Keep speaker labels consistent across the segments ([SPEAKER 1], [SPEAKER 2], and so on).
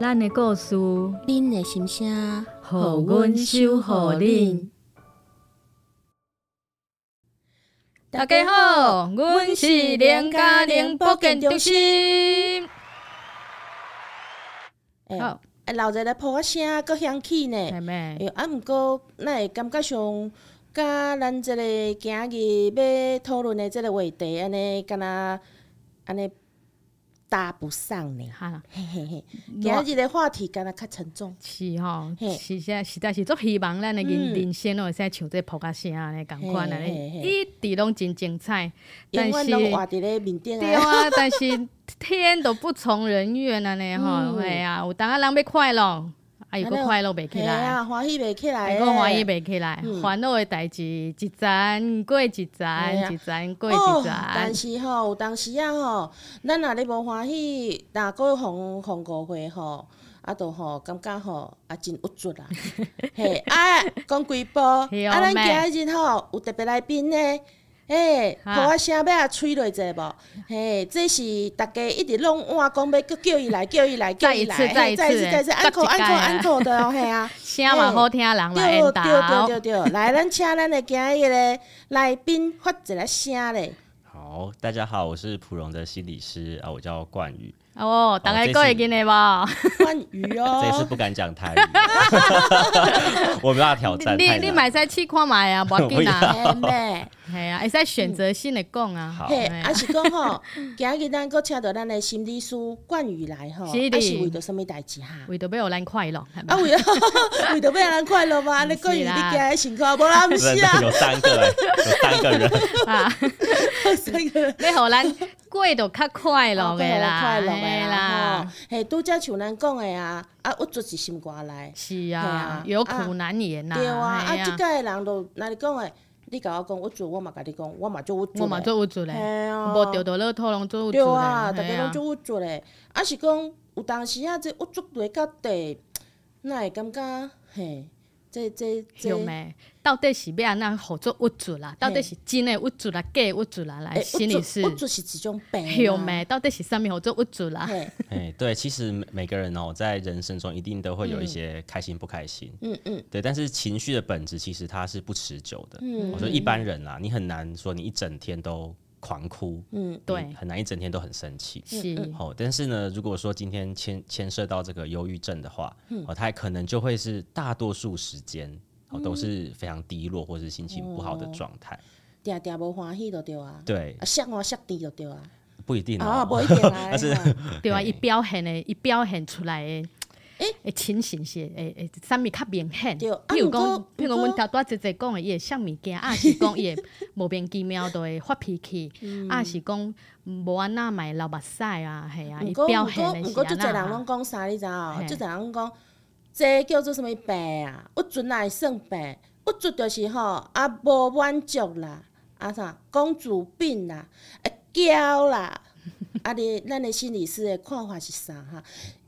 [SPEAKER 1] 咱的故事，
[SPEAKER 2] 恁的心声，
[SPEAKER 1] 互阮守护恁。
[SPEAKER 3] 大家好，阮是林家玲保健中心。
[SPEAKER 2] 诶、
[SPEAKER 3] 好，
[SPEAKER 2] 欸，老者来破个声，搁响起呢。
[SPEAKER 3] 妹
[SPEAKER 2] 哎
[SPEAKER 3] 妹，
[SPEAKER 2] 呦，啊，毋过咱会感觉上，甲咱即个今日要讨论的即个话题，安尼敢若安尼搭不上呢。
[SPEAKER 3] 哈啦，
[SPEAKER 2] 嘿嘿嘿，今
[SPEAKER 3] 我
[SPEAKER 2] 日的话题敢若较沉重。
[SPEAKER 3] 是吼，
[SPEAKER 2] 嘿
[SPEAKER 3] 是实实在是足希望咱的人
[SPEAKER 2] 嗯
[SPEAKER 3] 人生哦，会使像这扑克声安尼共款安
[SPEAKER 2] 嘿
[SPEAKER 3] 尼，
[SPEAKER 2] 嘿
[SPEAKER 3] 一直拢真精彩，
[SPEAKER 2] 永
[SPEAKER 3] 但
[SPEAKER 2] 远
[SPEAKER 3] 是
[SPEAKER 2] 拢活伫咧面顶
[SPEAKER 3] 对
[SPEAKER 2] 啊。
[SPEAKER 3] 啊，但是天都不从人愿安尼吼，
[SPEAKER 2] 嗯
[SPEAKER 3] 嘿啊，有当啊人要快乐，啊又个快乐袂起
[SPEAKER 2] 嘿
[SPEAKER 3] 来。
[SPEAKER 2] 啊，欢喜袂起来
[SPEAKER 3] 还
[SPEAKER 2] 欸。
[SPEAKER 3] 讲欢喜袂起来
[SPEAKER 2] 嗯，
[SPEAKER 3] 烦恼的代志一层过一层
[SPEAKER 2] 呀，
[SPEAKER 3] 一层过
[SPEAKER 2] 哦
[SPEAKER 3] 一层
[SPEAKER 2] 但。是吼，有当时啊吼，咱若咧无欢喜，若个互互误会吼，啊都吼感觉吼啊真郁卒啦。嘿，啊讲几步，啊
[SPEAKER 3] 嘿哦
[SPEAKER 2] 咱今日吼有特别来宾呢。诶，互
[SPEAKER 3] 哈
[SPEAKER 2] 我声要啊吹落者无？嘿，这是大家一直拢换讲要叫叫伊来，叫伊来，叫伊来，
[SPEAKER 3] 再一次
[SPEAKER 2] 嘿
[SPEAKER 3] 再
[SPEAKER 2] 再
[SPEAKER 3] 一次
[SPEAKER 2] 再一次，
[SPEAKER 3] 再
[SPEAKER 2] 安
[SPEAKER 3] 一
[SPEAKER 2] 可安可
[SPEAKER 3] 次啊
[SPEAKER 2] 安可的哦，嘿啊。
[SPEAKER 3] 声嘛好听，人嘛
[SPEAKER 2] 对
[SPEAKER 3] 缘投
[SPEAKER 2] 对对对对，来，咱请咱的今日的来宾发一个声 咧。
[SPEAKER 4] 好，大家好，我是普荣的心理师啊，我叫冠宇，
[SPEAKER 3] 哦，大家各会记得无？
[SPEAKER 2] 关于哦，
[SPEAKER 4] 这也是不敢 讲台语，我没办法挑战。
[SPEAKER 3] 你
[SPEAKER 4] 太
[SPEAKER 3] 你
[SPEAKER 4] 难
[SPEAKER 3] 买使试看卖啊，无要紧啊，
[SPEAKER 2] 哎妹，
[SPEAKER 3] 系啊，会使选择性的讲啊。
[SPEAKER 4] 好
[SPEAKER 2] 嘿，
[SPEAKER 3] 哎
[SPEAKER 2] 啊是讲吼，今日咱搁请到咱的心理师冠宇来吼，
[SPEAKER 3] 是的
[SPEAKER 2] 啊是为着什物代志哈？
[SPEAKER 3] 为着要互咱快乐， 系
[SPEAKER 2] 啊
[SPEAKER 3] 嘛？
[SPEAKER 2] 为了 为着要让人快乐吗？安尼冠宇
[SPEAKER 3] 不是
[SPEAKER 2] 你
[SPEAKER 3] 啦
[SPEAKER 2] 今日辛苦，啊无 啦，毋是
[SPEAKER 4] 真的
[SPEAKER 2] 啦，
[SPEAKER 4] 有三个、 欸，有三个人，
[SPEAKER 3] 啊，
[SPEAKER 2] 三个人
[SPEAKER 3] 要互咱过着较快
[SPEAKER 2] 哦
[SPEAKER 3] 乐的啦，
[SPEAKER 2] 快乐
[SPEAKER 3] 嘿
[SPEAKER 2] 的啦，吼，嘿，拄则像咱讲的啊，啊，我就是心肝内，
[SPEAKER 3] 是
[SPEAKER 2] 嘿
[SPEAKER 3] 啊
[SPEAKER 2] 啊，
[SPEAKER 3] 有苦难言呐。
[SPEAKER 2] 对啊，啊，
[SPEAKER 3] 嘿
[SPEAKER 2] 即届人就若你讲的，你甲我讲，我做，我嘛甲你讲，我嘛做，我做，
[SPEAKER 3] 我嘛做有做
[SPEAKER 2] 嘿
[SPEAKER 3] 咧，
[SPEAKER 2] 啊，
[SPEAKER 3] 无着着乐透拢做有
[SPEAKER 2] 对
[SPEAKER 3] 做咧，
[SPEAKER 2] 啊，逐
[SPEAKER 3] 嘿
[SPEAKER 2] 家拢做郁做嘞，啊是讲有当时啊，这郁做落到地，那会感觉嘿，这这这
[SPEAKER 3] 有，没？到底是要安那合作物质啦？到底是真的物质啦，假的物质啦？来，心理师
[SPEAKER 2] 郁做是一种病啊，
[SPEAKER 3] 有没？哎到底是啥物合作物质啦？
[SPEAKER 2] 嘿，
[SPEAKER 4] 哎、对，其实每每个人哦、在人生中一定都会有一些开心不开心，
[SPEAKER 2] 嗯嗯
[SPEAKER 4] 对，但是情绪的本质其实它是不持久的。
[SPEAKER 2] 嗯
[SPEAKER 4] 我说一般人啊，你很难说你一整天都狂哭，
[SPEAKER 2] 嗯，
[SPEAKER 3] 对，
[SPEAKER 4] 很难一整天都很生气，
[SPEAKER 3] 是
[SPEAKER 4] 哦，但是呢，如果说今天牵牵涉到这个忧郁症的话，
[SPEAKER 2] 嗯
[SPEAKER 4] 哦，它可能就会是大多数时间哦都是非常低落或是心情不好的状态。
[SPEAKER 2] 定定无欢喜就对啊，
[SPEAKER 4] 对
[SPEAKER 2] 啊，，摔我摔地就对啊，
[SPEAKER 4] 不一定
[SPEAKER 2] 啊，
[SPEAKER 4] 哦。
[SPEAKER 2] 无一定啊，
[SPEAKER 4] 但是
[SPEAKER 2] 嘿
[SPEAKER 3] 对啊，
[SPEAKER 4] 嘿
[SPEAKER 3] 伊表现的，伊表现出来的，诶，情形是诶诶，啥物较明显？
[SPEAKER 2] 对啊
[SPEAKER 3] 譬如
[SPEAKER 2] 不过
[SPEAKER 3] 讲，譬如
[SPEAKER 2] 不
[SPEAKER 3] 讲，
[SPEAKER 2] 过
[SPEAKER 3] 阮头拄仔姐姐讲的，伊会像物件， 啊是讲伊会莫名其妙就会发脾气，
[SPEAKER 2] 嗯
[SPEAKER 3] 啊是讲无安那会流目屎啊，系啊，
[SPEAKER 2] 毋
[SPEAKER 3] 伊
[SPEAKER 2] 过
[SPEAKER 3] 表
[SPEAKER 2] 毋
[SPEAKER 3] 现的
[SPEAKER 2] 过毋
[SPEAKER 3] 是
[SPEAKER 2] 过，足
[SPEAKER 3] 安
[SPEAKER 2] 侪
[SPEAKER 3] 那
[SPEAKER 2] 人
[SPEAKER 3] 啊
[SPEAKER 2] 拢。讲啥，你知道
[SPEAKER 3] 嘿？
[SPEAKER 2] 足侪人拢讲，这叫做什物病啊？郁准哪会算病？郁准就是吼，啊无满足啦，啊啥公主病啦，啊骄啦。啊你咱的心理师的看法是啥哈？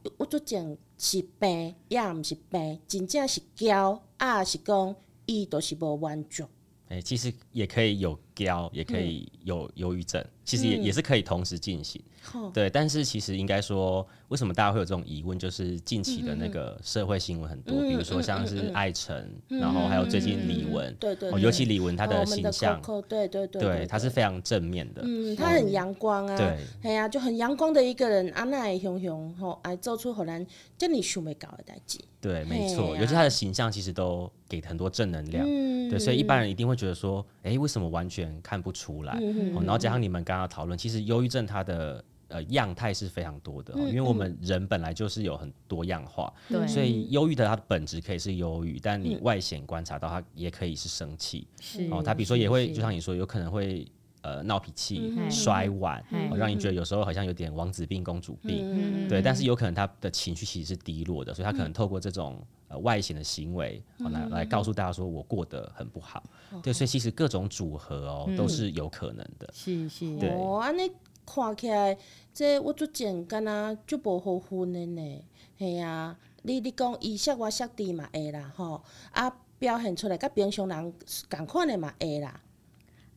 [SPEAKER 2] 郁准症是病，也毋是病，真正是骄，啊是讲伊就是无满足。
[SPEAKER 4] 哎、其实也可以有高，也可以有忧郁症，其实也、
[SPEAKER 2] 嗯
[SPEAKER 4] 也是可以同时进行。
[SPEAKER 2] 吼，
[SPEAKER 4] 对，但是其实应该说，为什么大家会有这种疑问？就是近期的那个社会新闻很多，
[SPEAKER 2] 嗯
[SPEAKER 4] 比如说像
[SPEAKER 2] 嗯嗯
[SPEAKER 4] 是
[SPEAKER 2] 嗯嗯嗯
[SPEAKER 4] 艾辰，然后还有最近李玟，
[SPEAKER 2] 对对
[SPEAKER 4] 哦，
[SPEAKER 2] 对，
[SPEAKER 4] 尤其李玟她
[SPEAKER 2] 哦我
[SPEAKER 4] 的
[SPEAKER 2] 们
[SPEAKER 4] 形象，
[SPEAKER 2] Coco，对对对
[SPEAKER 4] 对，她
[SPEAKER 2] 对
[SPEAKER 4] 是非常正面的。
[SPEAKER 2] 嗯，他很阳光啊，
[SPEAKER 4] 对
[SPEAKER 2] 嘿啊，就很阳光的一个人，啊，那会雄雄吼，啊，做出互咱遮尔想袂到的代志。
[SPEAKER 4] 对，
[SPEAKER 2] 嘿
[SPEAKER 4] 没错，
[SPEAKER 2] 呀
[SPEAKER 4] 尤其他的形象其实都给很多正能量，
[SPEAKER 2] 嗯
[SPEAKER 4] 对，所以一般人一定会觉得说，哎、为什么完全看不出来？
[SPEAKER 2] 嗯
[SPEAKER 4] 哦，然后加上你们刚刚讨论，其实忧郁症它的呃样态是非常多
[SPEAKER 2] 嗯
[SPEAKER 4] 的、哦，因为我们人本来就是有很多样化，
[SPEAKER 3] 对，
[SPEAKER 4] 所以忧郁的它的本质可以是忧郁，但
[SPEAKER 2] 嗯
[SPEAKER 4] 你外显观察到它也可以是生气，
[SPEAKER 3] 是
[SPEAKER 4] 哦，他比如说也会，
[SPEAKER 3] 是
[SPEAKER 4] 就像你说，有可能会呃闹脾气、
[SPEAKER 3] 嗯
[SPEAKER 4] 摔碗、
[SPEAKER 3] 嗯
[SPEAKER 4] 哦让你觉得有时候好像有点王子病、公主病，
[SPEAKER 2] 嗯
[SPEAKER 4] 对。但是有可能他的情绪其实是低落的，所以他可
[SPEAKER 3] 嗯
[SPEAKER 4] 能透过这种呃外显的行为、哦、来来告诉大家说我过得很不好，
[SPEAKER 3] 哦
[SPEAKER 4] 对。所以其实各种组合哦、都
[SPEAKER 3] 嗯
[SPEAKER 4] 是有可能的，
[SPEAKER 3] 是是，
[SPEAKER 4] 对
[SPEAKER 2] 哦，安尼看起来，这我做前敢若足无好分的呢，嘿啊，你你讲伊色我色地嘛会啦吼，啊，表现出来甲平常人共款的嘛会啦，嗯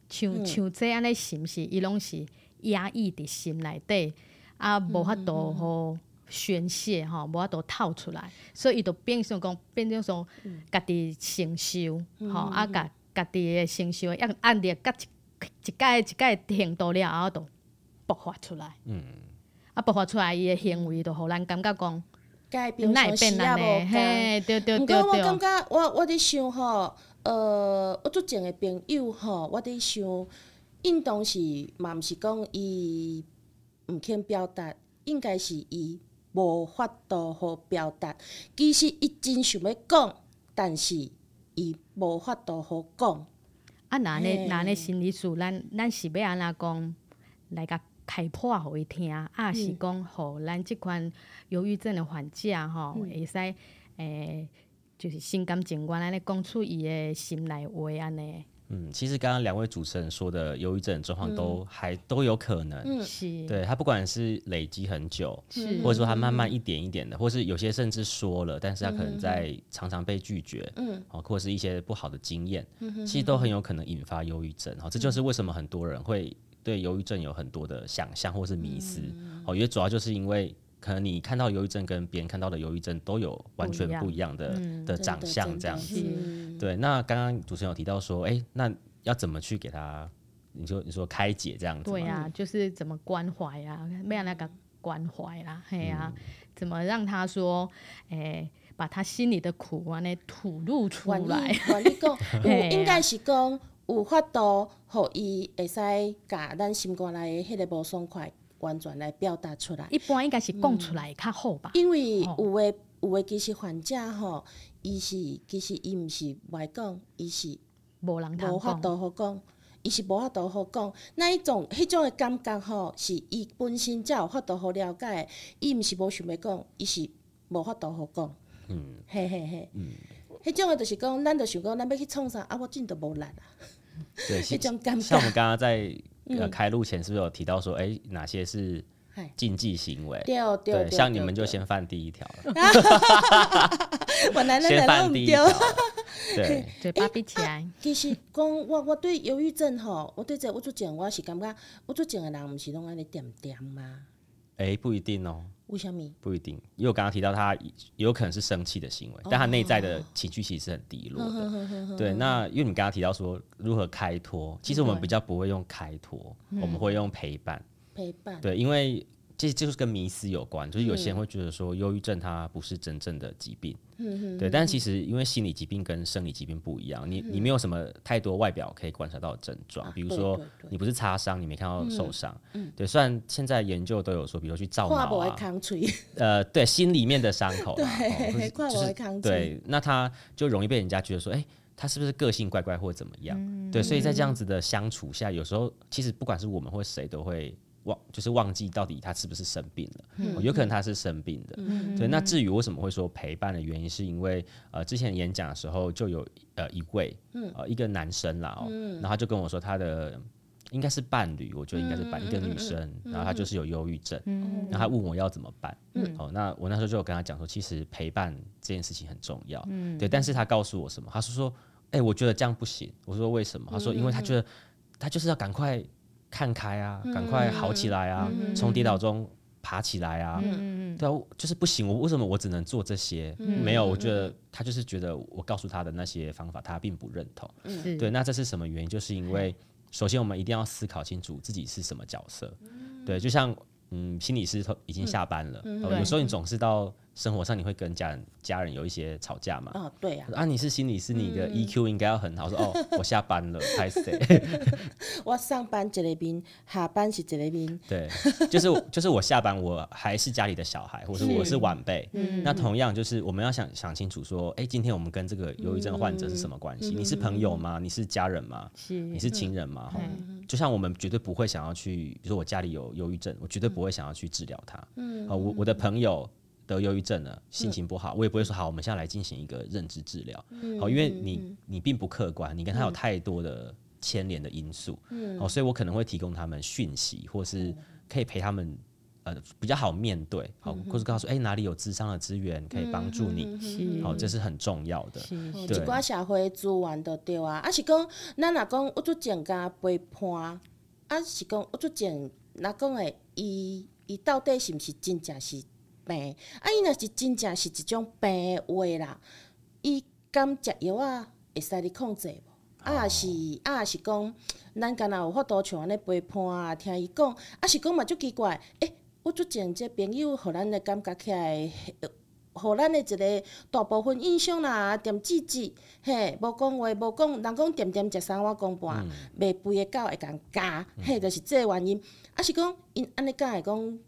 [SPEAKER 3] 像像这安
[SPEAKER 2] 嗯
[SPEAKER 3] 尼是毋是？伊拢是压抑伫心内底，啊，无法度互宣泄吼，无法度透出来，所以伊就变成讲变成说家己承受
[SPEAKER 2] 嗯
[SPEAKER 3] 吼，啊家家己的承受的压压力，甲一一届一届程度了后，就爆发出来。啊，爆发出来伊的行为，就互咱感觉讲，
[SPEAKER 2] 改变
[SPEAKER 3] 哪会
[SPEAKER 2] 常
[SPEAKER 3] 变
[SPEAKER 2] 时
[SPEAKER 3] 安
[SPEAKER 2] 啊
[SPEAKER 3] 尼，
[SPEAKER 2] 无同。
[SPEAKER 3] 嘿，对对
[SPEAKER 2] 毋
[SPEAKER 3] 对
[SPEAKER 2] 过我
[SPEAKER 3] 对，
[SPEAKER 2] 感觉，我我伫想吼，呃，我最近的朋友吼，我伫想，应当是嘛，毋是讲伊毋肯表达，应该是伊无法度好表达。其实伊真想要讲，但是伊无法度好讲。
[SPEAKER 3] 啊，那
[SPEAKER 2] 嘿
[SPEAKER 3] 呢那呢心理素，咱咱是要安怎讲来甲开破互伊听，啊是
[SPEAKER 2] 嗯
[SPEAKER 3] 讲互咱即款忧郁症的患者吼，
[SPEAKER 2] 嗯
[SPEAKER 3] 会使诶，就是心甘情愿安尼讲出伊的心内话安尼，
[SPEAKER 4] 嗯，其实刚刚两位主持人说的忧郁症状
[SPEAKER 3] 嗯
[SPEAKER 4] 况都还、都有可能，
[SPEAKER 2] 嗯
[SPEAKER 3] 是
[SPEAKER 4] 对他不管是累积很久，
[SPEAKER 3] 是
[SPEAKER 4] 或者说他慢慢一点一点的，或是有些甚至说了，但是他可
[SPEAKER 2] 嗯
[SPEAKER 4] 能在常常被拒绝，嗯，哦，或者是一些不好的经验，
[SPEAKER 2] 嗯
[SPEAKER 4] 其实都很有可能引发忧郁症。哦，这就是为什么很多人会对忧郁症有很多的想象或是迷思。
[SPEAKER 2] 嗯
[SPEAKER 4] 哦，因为主要就是因为。可能你看到忧郁症跟别人看到的忧郁症都有完全
[SPEAKER 3] 不
[SPEAKER 4] 不
[SPEAKER 3] 一
[SPEAKER 4] 一样的的
[SPEAKER 2] 嗯真
[SPEAKER 4] 长
[SPEAKER 2] 的
[SPEAKER 4] 相
[SPEAKER 2] 真
[SPEAKER 4] 这样
[SPEAKER 2] 的
[SPEAKER 4] 子，
[SPEAKER 2] 嗯
[SPEAKER 4] 对，那刚刚主持人有提到说，哎、那要怎么去给他？你说你说开解这样子，
[SPEAKER 3] 对啊，就是怎么关怀啊，没有那个关怀啦，嘿啊，怎么让他说，诶、把他心里的苦啊，那吐露出
[SPEAKER 2] 愿
[SPEAKER 3] 来
[SPEAKER 2] 意，愿意讲，有
[SPEAKER 3] 嘿啊
[SPEAKER 2] 应该是讲有法度，互伊会使甲咱心肝内的迄个无爽快，完全来表达出来。
[SPEAKER 3] 一般应该是讲出
[SPEAKER 2] 嗯
[SPEAKER 3] 来较好吧？
[SPEAKER 2] 因为
[SPEAKER 3] 吼
[SPEAKER 2] 有诶有诶，其实患者吼，伊是其实伊毋是袂讲，伊是
[SPEAKER 3] 无人
[SPEAKER 2] 无
[SPEAKER 3] 通
[SPEAKER 2] 法
[SPEAKER 3] 讲，
[SPEAKER 2] 度好讲，伊是无法度好讲。那一种迄种诶感觉吼，是伊本身才有法度好了解的，伊毋是无想要讲，伊是无法度好讲。嗯，嘿嘿嘿，嗯，迄种诶就是讲，咱就想讲，咱要去创啥啊，我真都无力啊。
[SPEAKER 4] 对，
[SPEAKER 2] 一种感觉
[SPEAKER 4] 像 像我们刚刚在呃开录前是不是有提到说，哎、哪些是
[SPEAKER 2] 嗨
[SPEAKER 4] 禁忌行为？
[SPEAKER 2] 对对对，
[SPEAKER 4] 像你
[SPEAKER 2] 对
[SPEAKER 4] 们就
[SPEAKER 2] 对
[SPEAKER 4] 先犯第一条了，
[SPEAKER 2] 我奶奶
[SPEAKER 4] 先
[SPEAKER 2] 奶都
[SPEAKER 4] 犯
[SPEAKER 2] 唔
[SPEAKER 4] 第一
[SPEAKER 2] 对
[SPEAKER 4] 条。了。 对，
[SPEAKER 3] 嘴巴闭起来，
[SPEAKER 2] 其实讲我我对忧郁症吼，我对这我最近我是感觉，我最近的人毋是拢安尼点点吗？
[SPEAKER 4] 哎、不一定哦，
[SPEAKER 2] 为什物？
[SPEAKER 4] 不一定，因为我刚刚提到他有可能是生气的行为，但他内在的情绪其实是很低落的。对，那因为你刚刚提到说如何开脱，其实我们比较不会用开脱，我们会用陪伴。
[SPEAKER 2] 陪伴？
[SPEAKER 4] 对，因为这这就是跟迷思有关，就是有些
[SPEAKER 2] 嗯
[SPEAKER 4] 人会觉得说，忧郁症它不是真正的疾病，
[SPEAKER 2] 嗯
[SPEAKER 4] 对，但其实因为心理疾病跟生理疾病不一样，你你没有什么太多外表可以观察到的症状，比如
[SPEAKER 2] 啊对
[SPEAKER 4] 说
[SPEAKER 2] 对对嗯
[SPEAKER 4] 你不是擦伤，你没看到受伤，对，虽然现在研究都有说，比如说去照
[SPEAKER 2] 看
[SPEAKER 4] 脑
[SPEAKER 2] 无
[SPEAKER 4] 啊
[SPEAKER 2] 的，空喙，
[SPEAKER 4] 呃，对，心里面的伤口啦，哦或
[SPEAKER 2] 对， 看
[SPEAKER 4] 是
[SPEAKER 2] 无的空喙，
[SPEAKER 4] 对，那他就容易被人家觉得说，哎、他是不是个性怪怪或怎么样？
[SPEAKER 2] 嗯
[SPEAKER 4] 对，所以在这样子的相处下，有时候其实不管是我们或谁都会忘，就是忘记到底他是不是生病了。
[SPEAKER 2] 嗯
[SPEAKER 4] 哦有可能他是生病的。对，那至于为什么会说陪伴的原因，是因为呃之前演讲的时候就有呃一位
[SPEAKER 2] 嗯
[SPEAKER 4] 呃一个男生啦、哦，然后他就跟我说他的。应该是伴侣，我觉得应该是伴、
[SPEAKER 2] 嗯
[SPEAKER 4] 一个女生，然后她就是有忧郁症，然后他问我要怎么办，好、那我那时候就有跟他讲说，其实陪伴这件事情很重要，对，但是他告诉我什么？他是说，哎、我觉得这样不行。我说为什么？他说，因为他觉得他就是要赶快看开啊，赶快好起来啊，从跌倒中爬起来啊，对啊，我就是不行，我为什么我只能做这些？没有，我觉得他就是觉得我告诉他的那些方法，他并不认同。
[SPEAKER 3] 是
[SPEAKER 4] 对，那这是什么原因？就是因为首先我们一定要思考清楚自己是什么角色。对，就像嗯，心理师都已经下班了，哦
[SPEAKER 3] 嗯对
[SPEAKER 4] 有时候你总是到生活上你会跟家人家人有一些吵架嘛。
[SPEAKER 2] 哦，对啊，
[SPEAKER 4] 啊，你是心理师，你
[SPEAKER 3] 嗯
[SPEAKER 4] 的 EQ 应该要很好。说哦，我下班了，拍谁？
[SPEAKER 2] 我上班一个面，下班是一个面，
[SPEAKER 4] 对，就是我就是我下班，我还是家里的小孩，或者我是晚辈。那同样就是我们要想想清楚，说，哎、今天我们跟这个忧郁症患者是什么关系？你是朋友吗？你是家人吗？你
[SPEAKER 3] 是
[SPEAKER 4] 是亲人吗？吼就像我们绝对不会想要去，比如说我家里有忧郁症，我绝对不会想要去治疗它。嗯，啊，我我的朋友。得忧郁症了，心情不好，我也不会说好，我们现在来进行一个认知治疗，好，因为你你并不客观，你跟他有太多的牵连的因素，
[SPEAKER 2] 嗯
[SPEAKER 4] 好，哦所以我可能会提供他们讯息，或是可以陪他们呃比较好面对，好，
[SPEAKER 2] 嗯
[SPEAKER 4] 或是告诉哎、哪里有智商的资源可以帮助你，
[SPEAKER 2] 嗯
[SPEAKER 3] 是
[SPEAKER 4] 好，这是很重要的，
[SPEAKER 2] 哦一
[SPEAKER 4] 对
[SPEAKER 2] 寡社会资源就对啊。啊是讲，咱若讲我最近甲陪伴，啊是讲我最近若讲诶，伊伊到底是毋是真正是病，啊，伊若是真正是一种病的话啦，伊敢食药啊，会使你控制无？啊是啊是讲，咱敢若有法度像安尼陪伴啊，听伊讲，啊是讲嘛足奇怪，欸诶、我最近这朋友，互咱的感觉起来，呃互咱的一个大部分印象啦，点姊姊，嘿，无讲话，无讲，人讲点点食三碗公
[SPEAKER 4] 嗯
[SPEAKER 2] 半，袂肥的狗会共咬，嘿，就是这个原因。啊，是讲因安尼讲会讲，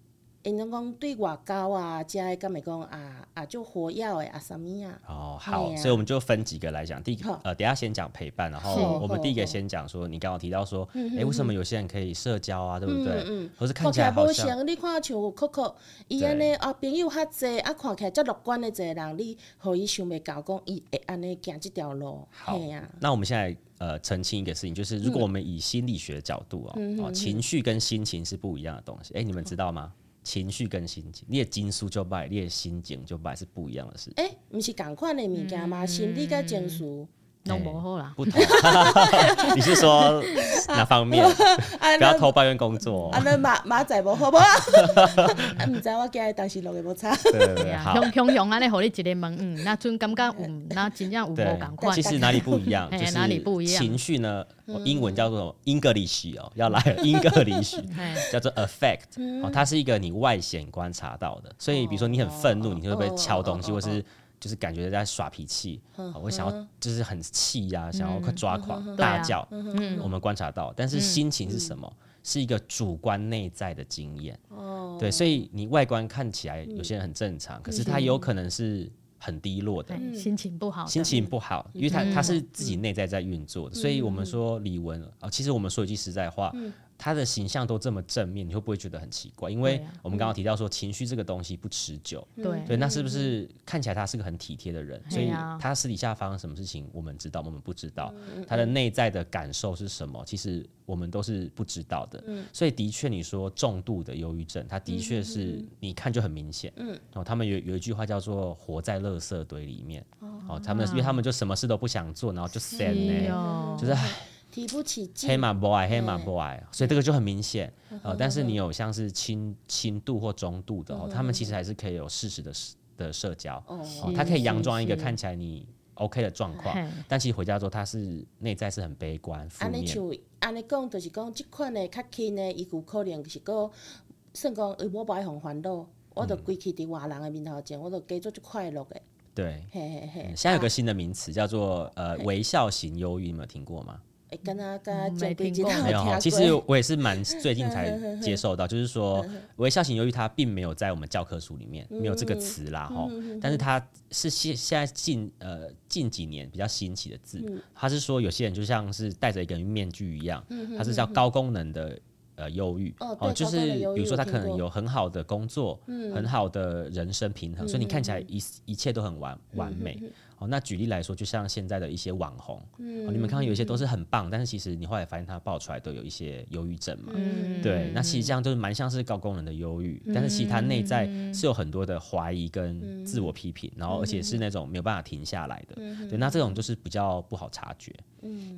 [SPEAKER 2] 因拢讲对外交啊，遮的敢会讲啊啊，就火药的啊，啥物啊，
[SPEAKER 4] 哦，
[SPEAKER 2] 哎
[SPEAKER 4] 好，
[SPEAKER 2] 呀
[SPEAKER 4] 所以我们就分几个来讲。第一个
[SPEAKER 2] 好，
[SPEAKER 4] 呃，等一下先讲陪伴，然
[SPEAKER 3] 是
[SPEAKER 4] 后我
[SPEAKER 2] 好
[SPEAKER 4] 们第一个
[SPEAKER 2] 好
[SPEAKER 4] 先讲说，你刚刚提到说，哎，为什么有些人可以社交啊，对不对
[SPEAKER 2] 嗯？
[SPEAKER 4] 或是看起来好
[SPEAKER 2] 无
[SPEAKER 4] 像
[SPEAKER 2] 像你看像 Coco，伊
[SPEAKER 4] 对
[SPEAKER 2] 安尼啊朋友较济，啊看起来遮乐观的一个人，你互伊想袂到讲伊会安尼行即条路，
[SPEAKER 4] 好
[SPEAKER 2] 嘿啊，。
[SPEAKER 4] 那我们现在呃澄清一个事情，就是如果我们以心理学角度哦，哦，情绪跟心情是不一样的东西。哎，你们知道吗？情绪跟心情，你的金书就拜，你的心情就拜是不一样的事情。
[SPEAKER 2] 诶、毋是共款的物件嘛，心理甲情绪，
[SPEAKER 3] 拢无好啦。
[SPEAKER 4] 不同， 你是说哪方面？
[SPEAKER 2] 啊
[SPEAKER 4] 不要
[SPEAKER 2] 咱
[SPEAKER 4] 偷抱怨工作
[SPEAKER 2] 啊
[SPEAKER 4] 哦。
[SPEAKER 2] 咱马马仔无好 无啊，啊毋知我今日当时录的无差，
[SPEAKER 4] 对对
[SPEAKER 3] 对
[SPEAKER 4] 对，
[SPEAKER 3] 啊，
[SPEAKER 4] 好。
[SPEAKER 3] 雄雄雄安尼，互你一个问，嗯，那阵感觉有，嗯那真正有无共款
[SPEAKER 4] 其，实哪里不 一样，
[SPEAKER 3] 哎
[SPEAKER 4] 就是
[SPEAKER 3] 哪里不一样嗯
[SPEAKER 4] 情绪呢，我英文叫做什么 English 哦，要来 了 English，
[SPEAKER 3] 哎
[SPEAKER 4] 叫做
[SPEAKER 3] 嗯
[SPEAKER 4] affect 哦，它是一个你外显观察到的。所以比如说你很愤怒，你会不会敲东西，
[SPEAKER 2] 哦哦
[SPEAKER 4] 或
[SPEAKER 2] 哦
[SPEAKER 4] 是就是感觉在耍脾气，
[SPEAKER 3] 嗯
[SPEAKER 4] 哦我想要就是很气呀，想要快抓狂、
[SPEAKER 3] 对啊
[SPEAKER 4] 大叫，我们观察到。但
[SPEAKER 3] 嗯
[SPEAKER 4] 是心情是什么？是一个主观内在的经验。
[SPEAKER 2] 哦，
[SPEAKER 4] 对，所以你外观看起来有些人很正
[SPEAKER 3] 嗯
[SPEAKER 4] 常，可是他有可能是很低落的。
[SPEAKER 2] 嗯
[SPEAKER 3] 哎心情不好的，嗯
[SPEAKER 4] 心情不好，因为他他是自己内在在运作的，所以我们说李玟啊、其实我们说一句实在话，
[SPEAKER 3] 嗯
[SPEAKER 4] 他的形象都这么正面，你会不会觉得很奇怪？因为
[SPEAKER 3] 对啊
[SPEAKER 4] 我们刚刚提到说情绪这个东西不持久，
[SPEAKER 2] 嗯
[SPEAKER 3] 对
[SPEAKER 4] 对，那是不是看起来他是个很体贴的人？所以
[SPEAKER 3] 对啊嗯
[SPEAKER 4] 他私底下发生什么事情，我们知道，我们不知道，他的内在的感受是什么，其实我们都是不知道的。
[SPEAKER 3] 嗯
[SPEAKER 4] 所以的确，你说重度的忧郁症，他的确
[SPEAKER 3] 嗯
[SPEAKER 4] 是你看就很明显。嗯，哦，他们有有一句话叫做“活在垃圾堆里面”，哦，他们因为他们就什么事都不想做，然后就 sad
[SPEAKER 3] 哎
[SPEAKER 4] 呢，
[SPEAKER 3] 呦，
[SPEAKER 4] 就是唉
[SPEAKER 2] 提不起
[SPEAKER 4] 黑
[SPEAKER 2] 劲，
[SPEAKER 3] 嗯
[SPEAKER 4] 马 boy 黑马 boy，所以这个就很明显。呃，但是你有像是轻轻度或中度的
[SPEAKER 3] 嗯
[SPEAKER 4] 哦，他们其实还是可以有适时的社的社交，哦，他可以佯装一个
[SPEAKER 3] 是
[SPEAKER 4] 看起来你 OK 的状况
[SPEAKER 3] 嘿，啊
[SPEAKER 4] 但其实回家之后他是内在是很悲观负
[SPEAKER 2] 安
[SPEAKER 4] 面
[SPEAKER 2] 尼。像安尼讲，就是讲即款的较轻的，伊有可能是个算讲，呃我无爱互烦恼，我著规气伫外人的面头前，我著加做足快乐的，
[SPEAKER 4] 对，
[SPEAKER 2] 嘿嘿啊嘿。
[SPEAKER 4] 嗯现在
[SPEAKER 3] 啊
[SPEAKER 4] 有个新的名词叫做呃微笑型忧郁，你们有听过吗？
[SPEAKER 2] 会跟他跟他
[SPEAKER 3] 嗯
[SPEAKER 2] 讲
[SPEAKER 3] 没
[SPEAKER 2] 对
[SPEAKER 3] 听
[SPEAKER 2] 接
[SPEAKER 3] 过
[SPEAKER 2] 到
[SPEAKER 4] 没有
[SPEAKER 2] 听
[SPEAKER 4] 哈，
[SPEAKER 2] 过
[SPEAKER 4] 其实我也是蛮最近才接受到，就是说微笑型忧郁它并没有在我们教科书里面没有这个词啦哈，但是它是现现在近呃近几年比较新奇的字，它是说有些人就像是戴着一个面具一样，它是叫高功能的。呃，忧郁
[SPEAKER 2] 哦对
[SPEAKER 4] 就
[SPEAKER 2] 高功
[SPEAKER 4] 是
[SPEAKER 2] 能忧郁
[SPEAKER 4] 比如
[SPEAKER 2] 我
[SPEAKER 4] 说他
[SPEAKER 2] 听
[SPEAKER 4] 可能
[SPEAKER 2] 过嗯
[SPEAKER 4] 有很好的工作，很好的人生平衡，所以你看起来一一切都很完完美。
[SPEAKER 2] 嗯
[SPEAKER 4] 哦，那举例来说，就像现在的一些网红，哦，你们看到有
[SPEAKER 2] 嗯
[SPEAKER 4] 一些都是很棒，但是其实你后来发现他爆出来都有一些忧郁症嘛。
[SPEAKER 2] 嗯
[SPEAKER 4] 对，那其实这样就是蛮像是高功能的忧郁，但是其实他内在是有很多的怀疑跟自我批评，然后而且是那种没有办法停下来的。对，那这种就是比较不好察觉。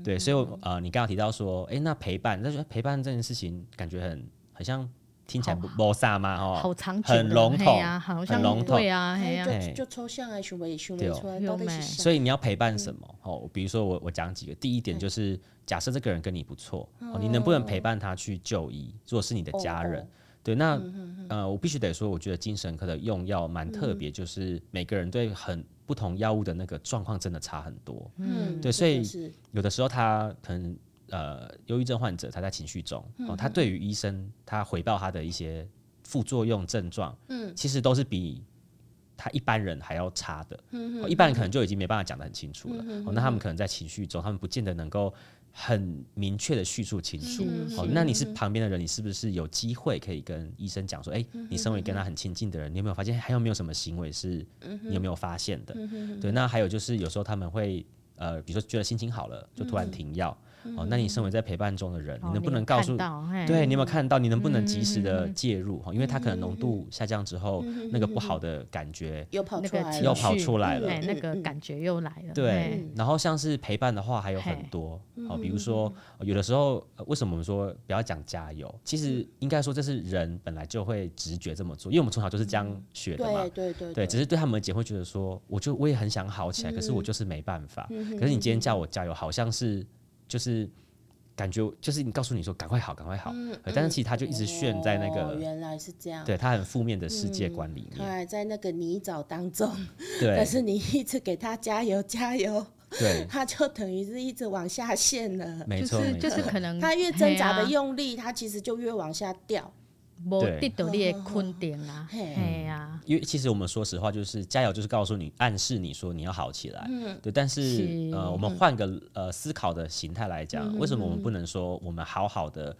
[SPEAKER 4] 对，所以我呃，你刚刚提到说，诶，那陪伴，那就陪伴这件事情，感觉很好像听起来不不飒嘛，哦，
[SPEAKER 3] 好长久了，
[SPEAKER 4] 很笼
[SPEAKER 3] 嘿
[SPEAKER 4] 统
[SPEAKER 3] 啊，好
[SPEAKER 4] 很笼
[SPEAKER 3] 像
[SPEAKER 4] 统
[SPEAKER 3] 对。啊，嘿啊，
[SPEAKER 2] 哎就就抽象啊，想袂想
[SPEAKER 4] 对
[SPEAKER 2] 袂
[SPEAKER 4] 哦
[SPEAKER 2] 出来到底是嗯啥？
[SPEAKER 4] 所以你要陪伴什么？哦，比如说我我讲几个，第一点就是假设这个人跟你不错，哦，你能不能陪伴他去就医？如果是你的家人，
[SPEAKER 2] 哦
[SPEAKER 4] 对，那、呃，我必须得说，我觉得精神科的用药蛮特
[SPEAKER 2] 嗯
[SPEAKER 4] 别，就是每个人对很不同药物的那个状况真的差很多。
[SPEAKER 2] 嗯
[SPEAKER 4] 对所
[SPEAKER 2] 真
[SPEAKER 4] 以
[SPEAKER 2] 的是
[SPEAKER 4] 有的时候他可能呃，忧郁症患者他在情绪中，哦，他对于医生他回报他的一些副作用症状，嗯，其实都是比他一般人还要差的。嗯一般人可能就已经没办法讲得很清楚了。哦，那他们可能在情绪中，他们不见得能够很明确的叙述清楚。哦，那你是旁边的人，你是不是有机会可以跟医生讲说，哎、你身为跟他很亲近的人，你有没有发现还有没有什么行为是你有没有发
[SPEAKER 3] 嗯
[SPEAKER 4] 现的？对，那还有就是有时候他们会。呃，比如说觉得心情好了，就突然停药，哦，那你身为在陪伴中的人，
[SPEAKER 3] 嗯哦
[SPEAKER 4] 你能不能
[SPEAKER 3] 有
[SPEAKER 4] 告
[SPEAKER 3] 看
[SPEAKER 4] 诉
[SPEAKER 3] 到嗯嘿
[SPEAKER 4] 对，你有没有看到？你能不能及时的介入？哈、因为它可能浓度下降之
[SPEAKER 3] 嗯
[SPEAKER 4] 后，那个不好的感觉
[SPEAKER 2] 又跑
[SPEAKER 3] 那
[SPEAKER 2] 出
[SPEAKER 3] 个
[SPEAKER 2] 来
[SPEAKER 3] 情
[SPEAKER 4] 又
[SPEAKER 2] 了，
[SPEAKER 4] 跑
[SPEAKER 3] 绪
[SPEAKER 4] 出来了。
[SPEAKER 3] 哎，那
[SPEAKER 2] 嗯
[SPEAKER 3] 个
[SPEAKER 2] 嗯
[SPEAKER 3] 感觉又来了。
[SPEAKER 4] 对
[SPEAKER 3] 哎，
[SPEAKER 4] 然后像是陪伴的话，还有很
[SPEAKER 3] 嘿嗯
[SPEAKER 4] 多，好，比如说呃有的时候，呃为什么我们说不要讲加油？其
[SPEAKER 3] 嗯
[SPEAKER 4] 实应该说这是人本来就会直觉这么做，因为我们从小就是这
[SPEAKER 3] 嗯
[SPEAKER 4] 样学的嘛
[SPEAKER 2] 对。对对
[SPEAKER 4] 对，只是对他们而言会觉得说，我就我也很想好起来，可是我
[SPEAKER 2] 嗯
[SPEAKER 4] 就是没办法。可是你今天叫我加油，好像是就是感觉就是你告诉你说赶快好，赶快好，呃但是其实他就一直陷在那
[SPEAKER 2] 嗯哦
[SPEAKER 4] 个
[SPEAKER 2] 原来是这样，
[SPEAKER 4] 对他很负面的世界观里
[SPEAKER 2] 他
[SPEAKER 4] 面。
[SPEAKER 2] 还在那个泥沼当中， 但
[SPEAKER 4] 嗯对
[SPEAKER 2] 是你一直给他加油加油，
[SPEAKER 4] 对，
[SPEAKER 2] 他就等于是一直往下陷了。
[SPEAKER 4] 没
[SPEAKER 3] 就
[SPEAKER 4] 错
[SPEAKER 3] 是
[SPEAKER 4] 没
[SPEAKER 3] 就
[SPEAKER 4] 错
[SPEAKER 3] 是。可能
[SPEAKER 2] 他越挣扎的
[SPEAKER 3] 嘿啊
[SPEAKER 2] 用力，他其实就越往下掉。
[SPEAKER 3] 无
[SPEAKER 4] 对
[SPEAKER 3] 得到你的肯定啊，
[SPEAKER 2] 嘿
[SPEAKER 3] 嘿啊，
[SPEAKER 4] 因为其实我们说实话，就是加油，就是告诉你、暗示你说你要好起来。对。但是
[SPEAKER 3] 是
[SPEAKER 4] 呃，我们换个呃思考的形态来讲，为什么我们不能说我们好好的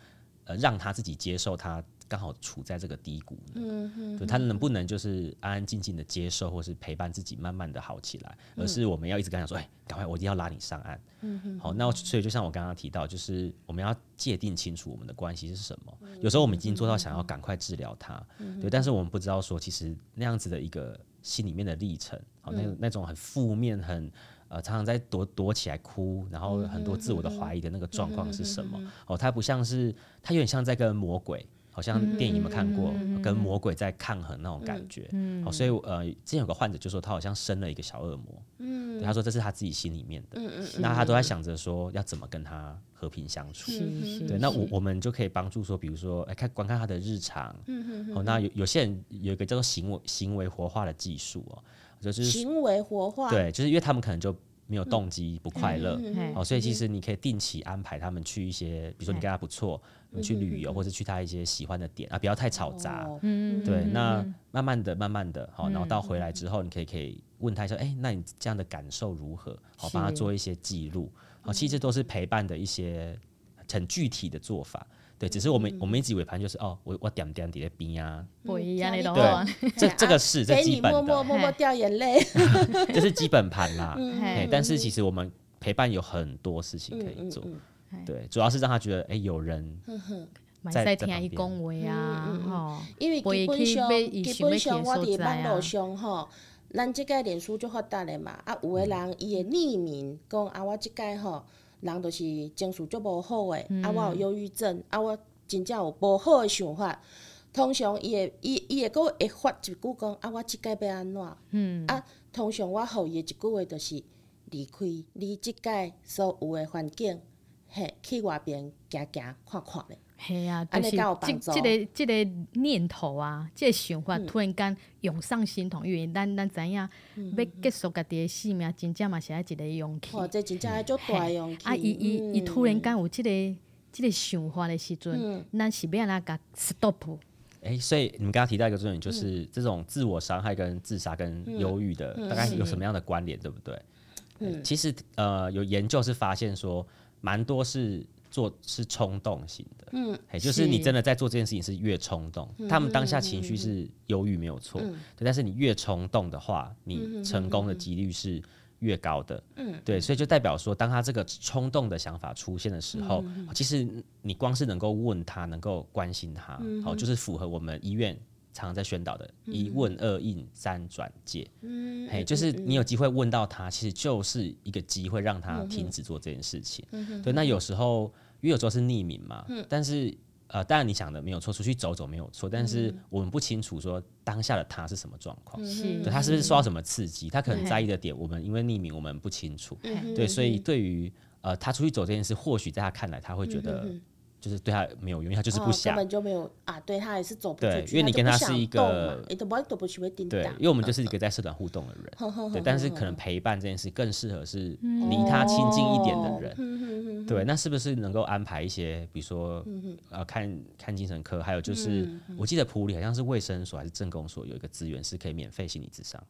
[SPEAKER 4] 呃让他自己接受他刚好处在这个低谷呢？对他能不能就是安安静静的接受，或是陪伴自己慢慢的好起来，而是我们要一直跟他讲说，哎、赶快，我一定要拉你上岸。好，那所以就像我刚刚提到，就是我们要界定清楚我们的关系是什么。有时候我们已经做到想要赶快治疗它，对，但是我们不知道说，其实那样子的一个心里面的历程，好，那那种很负面、很呃常常在躲躲起来哭，然后
[SPEAKER 3] 嗯
[SPEAKER 4] 很多自我的怀疑的那个状况是什么？哦，它不像是，它有点像在跟魔鬼。好像电影有没有看
[SPEAKER 3] 嗯
[SPEAKER 4] 过，跟魔鬼在抗衡那种感觉。好，所以我呃，之前有个患者就说他好像生了一个小恶魔。
[SPEAKER 3] 嗯
[SPEAKER 4] 对他说这是他自己心里面的，那他都在想着说要怎么跟他和平相处。
[SPEAKER 3] 是是，
[SPEAKER 4] 对，那我我们就可以帮助说，比如说，哎，看观看他的日常，
[SPEAKER 3] 嗯
[SPEAKER 4] 哦，那有有些人有一个叫做行为行为活化的技术哦，就是
[SPEAKER 2] 行为活化，
[SPEAKER 4] 对，就是因为他们可能就没有动机，不快乐，
[SPEAKER 3] 嘿
[SPEAKER 4] 哦，所以其实你可以定期安排他们去一些，比如说你跟他不错，你去旅游或者去他一些喜欢的点啊，不要太吵杂，
[SPEAKER 2] 哦
[SPEAKER 3] 嗯，
[SPEAKER 4] 对，那慢慢的、慢慢的，好，然后到回来之后，你可以可以问他一下，哎、那你这样的感受如何？好，帮他
[SPEAKER 3] 是
[SPEAKER 4] 做一些记录。好，其实这都是陪伴的一些很具体的做法。对，只是我们、我们一直以为盘就是哦，我我点点点在边啊，
[SPEAKER 3] 不一样的
[SPEAKER 2] 嗯
[SPEAKER 3] 咯，
[SPEAKER 4] 对 这
[SPEAKER 2] 嘿啊
[SPEAKER 4] 这个是这
[SPEAKER 2] 陪
[SPEAKER 4] 基
[SPEAKER 2] 你
[SPEAKER 4] 本
[SPEAKER 2] 默默
[SPEAKER 4] 的，
[SPEAKER 2] 默默掉眼泪。
[SPEAKER 4] 这是基本盘啦。
[SPEAKER 3] 嘿
[SPEAKER 4] 嘿，但是其实我们陪伴有很多
[SPEAKER 2] 嗯
[SPEAKER 4] 事情可以做，对，主要是让他觉得哎、有人
[SPEAKER 3] 嘛
[SPEAKER 4] 在
[SPEAKER 3] 会使
[SPEAKER 4] 在旁
[SPEAKER 3] 听伊
[SPEAKER 4] 边
[SPEAKER 3] 讲话
[SPEAKER 2] 嗯
[SPEAKER 3] 啊，吼，
[SPEAKER 2] 因为基本上
[SPEAKER 3] 不会去买伊
[SPEAKER 2] 基
[SPEAKER 3] 想要去的
[SPEAKER 2] 本上我伫
[SPEAKER 3] 所在
[SPEAKER 2] 网
[SPEAKER 3] 啊
[SPEAKER 2] 络上吼，咱即个脸书就发达的嘛，啊有
[SPEAKER 3] 嗯
[SPEAKER 2] 的人伊会匿名讲啊，我即个吼人就是情绪足无好诶，
[SPEAKER 3] 嗯
[SPEAKER 2] 啊我有忧郁症，啊我真正有无好诶想法。通常伊会伊伊会佫会发一句讲啊，我即个要安怎？嗯，啊，通常我互伊的一句话就是离开你即个所有诶环境，嘿，去外边行行看看咧。
[SPEAKER 3] 嘿啊，
[SPEAKER 2] 安
[SPEAKER 3] 就
[SPEAKER 2] 尼
[SPEAKER 3] 是
[SPEAKER 2] 才有帮
[SPEAKER 3] 即
[SPEAKER 2] 助嗯
[SPEAKER 3] 即个即个念头啊，即个想法突然间涌上心头，因为咱咱知影要结束家己的生命，真正嘛是爱一个勇气。
[SPEAKER 2] 嗯哇，这真正足大
[SPEAKER 3] 嘿
[SPEAKER 2] 勇气。
[SPEAKER 3] 啊，伊伊伊
[SPEAKER 2] 嗯
[SPEAKER 3] 突然间有即个即个想法的时阵，
[SPEAKER 2] 嗯
[SPEAKER 3] 咱是要安怎甲 stop？
[SPEAKER 4] 哎、所以你们刚刚提到一个重点，就是这种自我伤害跟自杀跟忧郁的，大概有什么样的关联，对不对？嗯，其实呃，有研究是发现说，蛮多是做是冲动型的，嗯，就是嗯你
[SPEAKER 3] 是
[SPEAKER 4] 真的在做这件事情是越冲动，他们当下情绪是忧郁没有错，对，但是你越冲动的话，你成功的几率是越高的，嗯，对，所以就代表说，当他这个冲动的想法出现的时候，哦其实你光是能够问他，能够关心他，好、就是符合我们医院常常在宣导的“一问二应三转介”，嗯，嘿，就是你有机会问到他，其实就是一个机会让他停止做这件事情。对，那有时候因为有时候是匿名嘛，但是。呃，当然你想的没有错，出去走走没有错，但是我们不清楚说当下的他是什么状况，
[SPEAKER 2] 嗯
[SPEAKER 3] 是
[SPEAKER 4] 对他是不是受到什么刺激，他可能在意的点，我们因为匿名我们不清楚，
[SPEAKER 2] 嗯
[SPEAKER 3] 嘿
[SPEAKER 4] 对，所以对于呃他出去走这件事，或许在他看来他会觉得就是对他没有用，因为他就是
[SPEAKER 2] 嗯哦
[SPEAKER 4] 不想
[SPEAKER 2] 根，本就没有啊，对他也是走不出
[SPEAKER 4] 对
[SPEAKER 2] 去，
[SPEAKER 4] 因为你
[SPEAKER 2] 就
[SPEAKER 4] 跟
[SPEAKER 2] 不
[SPEAKER 4] 他
[SPEAKER 2] 想
[SPEAKER 4] 是一
[SPEAKER 2] 动
[SPEAKER 4] 个
[SPEAKER 2] 嘛你哎都不都不嗯哦去会叮
[SPEAKER 4] 对
[SPEAKER 2] 当，，
[SPEAKER 4] 因为我们就是一个在社团互动的人，对，但是可能陪伴这件事更适合是离他亲近一点的
[SPEAKER 2] 嗯
[SPEAKER 4] 人，对，那是不是能够安排一些，比如说
[SPEAKER 2] 嗯
[SPEAKER 4] 呃看看精神科，还有就是我记得普里好像是卫生所还是政工所有一个资源是可以免费心理咨商，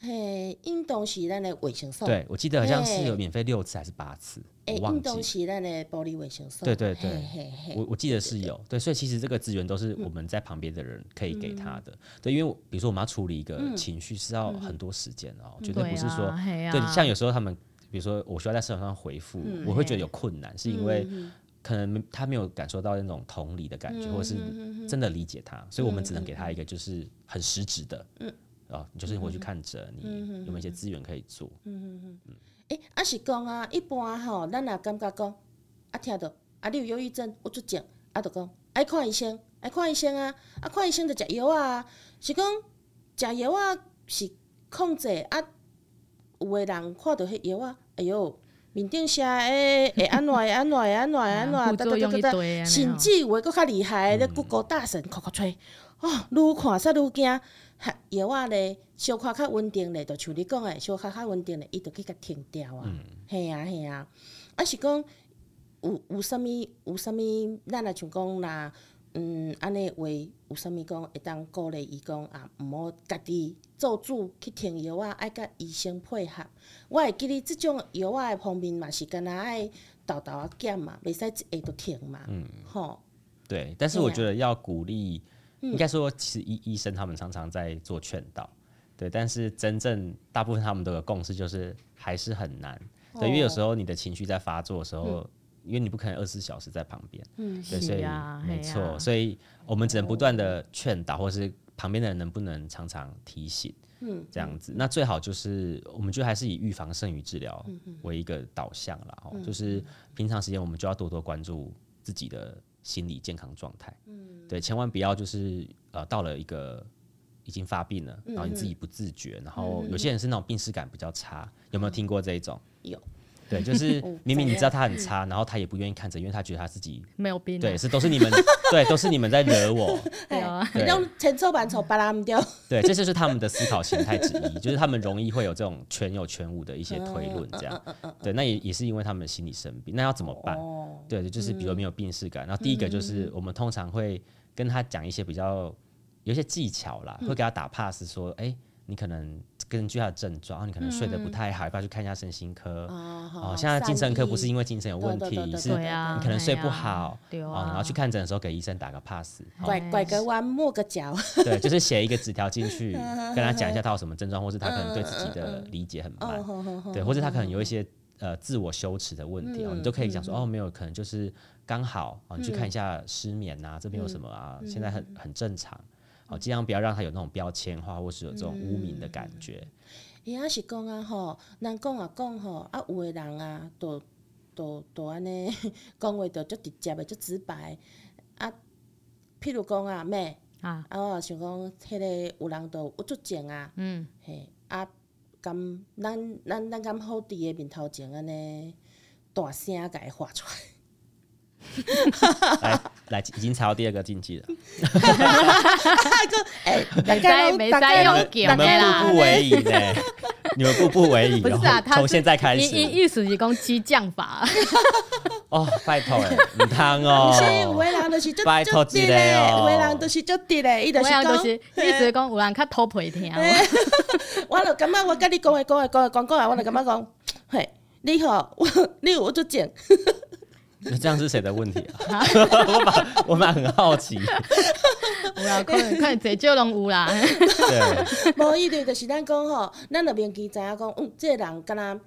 [SPEAKER 2] 嘿，运动是咱的维生素，，
[SPEAKER 4] 对我记得好像是有
[SPEAKER 2] 嘿
[SPEAKER 4] 免费六次还是八次，
[SPEAKER 2] 哎，
[SPEAKER 4] 我
[SPEAKER 2] 运
[SPEAKER 4] 忘
[SPEAKER 2] 动
[SPEAKER 4] 记，
[SPEAKER 2] 是咱的玻璃维生素，
[SPEAKER 4] 对对对
[SPEAKER 2] 嘿嘿嘿
[SPEAKER 4] 我我记得是有，对，所以其实这个资源都是我们在旁边的人可以给他的，对，因为我比如说我们要处理一个情绪是要很多时间哦，绝对
[SPEAKER 3] 对
[SPEAKER 4] 不是说
[SPEAKER 3] 啊嘿啊
[SPEAKER 4] 对，像有时候他们比如说我需要在社交上回复，我会觉得有困难，是因为可能他没有感受到那种同理的感觉，或者是真的理解他，所以我们只能给他一个就是很实质的，啊，你就是回去看着你有没有一些资源可以做，
[SPEAKER 2] 诶、啊是讲啊，一般吼，咱也感觉讲，啊听到啊你有忧郁症，有出症，啊就讲爱看医生，爱看医生啊，啊看医生就食药啊，是讲食药啊是控制啊，有的人看到迄药啊，哎哟，面顶写诶会安怎会安怎会安怎会 安
[SPEAKER 3] 啊
[SPEAKER 2] 怎，
[SPEAKER 3] 副作用一堆啊
[SPEAKER 2] 甚至有诶佫较厉害咧，骨骼大神哭哭吹，哦，愈看煞愈惊。哈药啊咧，小可较稳定咧，就像你讲诶，小可较稳定咧，伊就去甲停掉啊。嘿啊嘿啊，啊是讲有有啥物有啥物，咱若像讲啦，嗯，安尼话有啥物讲会当鼓励伊讲啊，毋好家己做主去停药啊，爱甲医生配合。我会记咧，即种药啊的方面嘛是干若爱豆豆啊减嘛，袂使一下就停嘛。嗯，吼，
[SPEAKER 4] 对，但是
[SPEAKER 2] 对
[SPEAKER 4] 我
[SPEAKER 2] 啊嗯
[SPEAKER 4] 觉得要鼓励，应该说，其实医医生他们常常在做劝导，对，但是真正大部分他们都有共识，就是还是很难，对，因为有
[SPEAKER 2] 哦
[SPEAKER 4] 时候你的情绪在发作的时
[SPEAKER 2] 嗯
[SPEAKER 4] 候，因为你不可能二十四小时在旁边，嗯，对，所
[SPEAKER 3] 是
[SPEAKER 4] 以
[SPEAKER 3] 啊嘿
[SPEAKER 4] 没
[SPEAKER 3] 啊
[SPEAKER 4] 错，所以我们只能不断的劝导，或是旁边的人能不能常常提醒。嗯，这样子，那最好就是，我们觉得还是以预防胜于治疗为一个导向啦。哦，就是平常时间我们就要多多关注自己的心理健康状态。对，千万不要就是呃到了一个已经发病了，然后你自己不自觉，然后有些人是那种病耻感比较差，有没有听过这一种？
[SPEAKER 2] 有。
[SPEAKER 4] 对，就是
[SPEAKER 2] 哦
[SPEAKER 4] 明明你
[SPEAKER 2] 怎
[SPEAKER 4] 知道他很差，然后他也不愿意看着，因为他觉得他自己
[SPEAKER 3] 没有病啊，
[SPEAKER 4] 对是都是你们对都是你们在惹我，
[SPEAKER 3] 对啊，
[SPEAKER 2] 你
[SPEAKER 4] 对
[SPEAKER 2] 种千错万错，别人毋对。
[SPEAKER 4] 对，这就是他们的思考形态之一，就是他们容易会有这种全有全无的一些推论，这
[SPEAKER 2] 嗯
[SPEAKER 4] 样对，那也也是因为他们心理生病，那要怎么办？
[SPEAKER 2] 哦，嗯
[SPEAKER 4] 对，就是比如没有病视感。然后第一个就是我们通常会跟他讲一些比较有一些技巧啦，会
[SPEAKER 2] 嗯
[SPEAKER 4] 给他打 pass 说，哎、你可能根据他的症状，哦你可能睡得不
[SPEAKER 2] 嗯
[SPEAKER 4] 太好，要不要去看一下身心科？
[SPEAKER 2] 啊
[SPEAKER 4] 哦，现在精神科不是因为精神有问
[SPEAKER 2] 对对对
[SPEAKER 4] 题，
[SPEAKER 2] 对
[SPEAKER 4] 是
[SPEAKER 3] 对啊，
[SPEAKER 4] 你可能睡
[SPEAKER 3] 嘿
[SPEAKER 4] 不
[SPEAKER 3] 啊
[SPEAKER 4] 好，
[SPEAKER 3] 对
[SPEAKER 4] 哦，
[SPEAKER 3] 啊，
[SPEAKER 4] 然后去看诊的时候给医生打个 pass，哦
[SPEAKER 2] 拐
[SPEAKER 3] 哎
[SPEAKER 2] 拐个弯抹个角，
[SPEAKER 4] 对，就是写一个纸条 进去，
[SPEAKER 3] 嗯
[SPEAKER 4] 跟他讲一下他有什么症状，或是他可能对自己的理解
[SPEAKER 3] 哦
[SPEAKER 4] 很慢，对，或者他可能有一些呃自我羞耻的问题哦，你都可以
[SPEAKER 3] 嗯
[SPEAKER 4] 讲说哦，没有，可能就是刚好啊，你去看一下失眠啊，这边有什么啊，
[SPEAKER 3] 嗯
[SPEAKER 4] 现在很很正常。哦，尽量不要让他有那种标签化，或是有这种污名的感觉。
[SPEAKER 2] 伊也是讲啊吼，人讲啊讲吼，啊有诶人啊，都都都安尼 讲话就足直接诶，足直白的。啊，譬如讲啊妹，
[SPEAKER 3] 啊，
[SPEAKER 2] 啊我也想讲，迄个有人就有足症啊，
[SPEAKER 3] 嗯，
[SPEAKER 2] 嘿，啊，敢咱咱咱敢好伫诶面头前安尼大声甲伊喊出来，
[SPEAKER 3] 嗯
[SPEAKER 4] 来来，已经踩到第二个禁忌了，
[SPEAKER 2] 诶、哎大
[SPEAKER 3] 没
[SPEAKER 2] 家
[SPEAKER 3] 在
[SPEAKER 2] 拢
[SPEAKER 3] 哎没在用
[SPEAKER 2] 大家拢
[SPEAKER 4] 你
[SPEAKER 3] 叫
[SPEAKER 4] 们
[SPEAKER 3] 的哎啦
[SPEAKER 4] 步，步为营呢？你们步步为营
[SPEAKER 3] 不是啊，
[SPEAKER 4] 哦，
[SPEAKER 3] 他
[SPEAKER 4] 从现在开
[SPEAKER 3] 是意
[SPEAKER 4] 始
[SPEAKER 3] 意意思是讲激将法，
[SPEAKER 4] 哦，拜托哎，唔 汤哦，
[SPEAKER 2] 所以有诶人就是足
[SPEAKER 4] 拜托
[SPEAKER 2] 足
[SPEAKER 4] 一下
[SPEAKER 2] 直诶，
[SPEAKER 4] 哦
[SPEAKER 2] 有诶人就是足直诶，伊就
[SPEAKER 3] 我
[SPEAKER 2] 是
[SPEAKER 3] 样
[SPEAKER 2] 讲
[SPEAKER 3] 就。是意思是讲有人较偷皮听，
[SPEAKER 2] 我就感觉我甲你讲的讲的讲的讲讲的，我就感觉讲，嘿，你吼，我你有我就讲，
[SPEAKER 4] 那 这样是谁的问题啊？ 我蛮我蛮很好奇，
[SPEAKER 3] 有啦，可能可能这少拢有啦，
[SPEAKER 4] 对，
[SPEAKER 2] 无伊就就是咱讲吼，咱就明记知影讲，嗯，这个人敢若。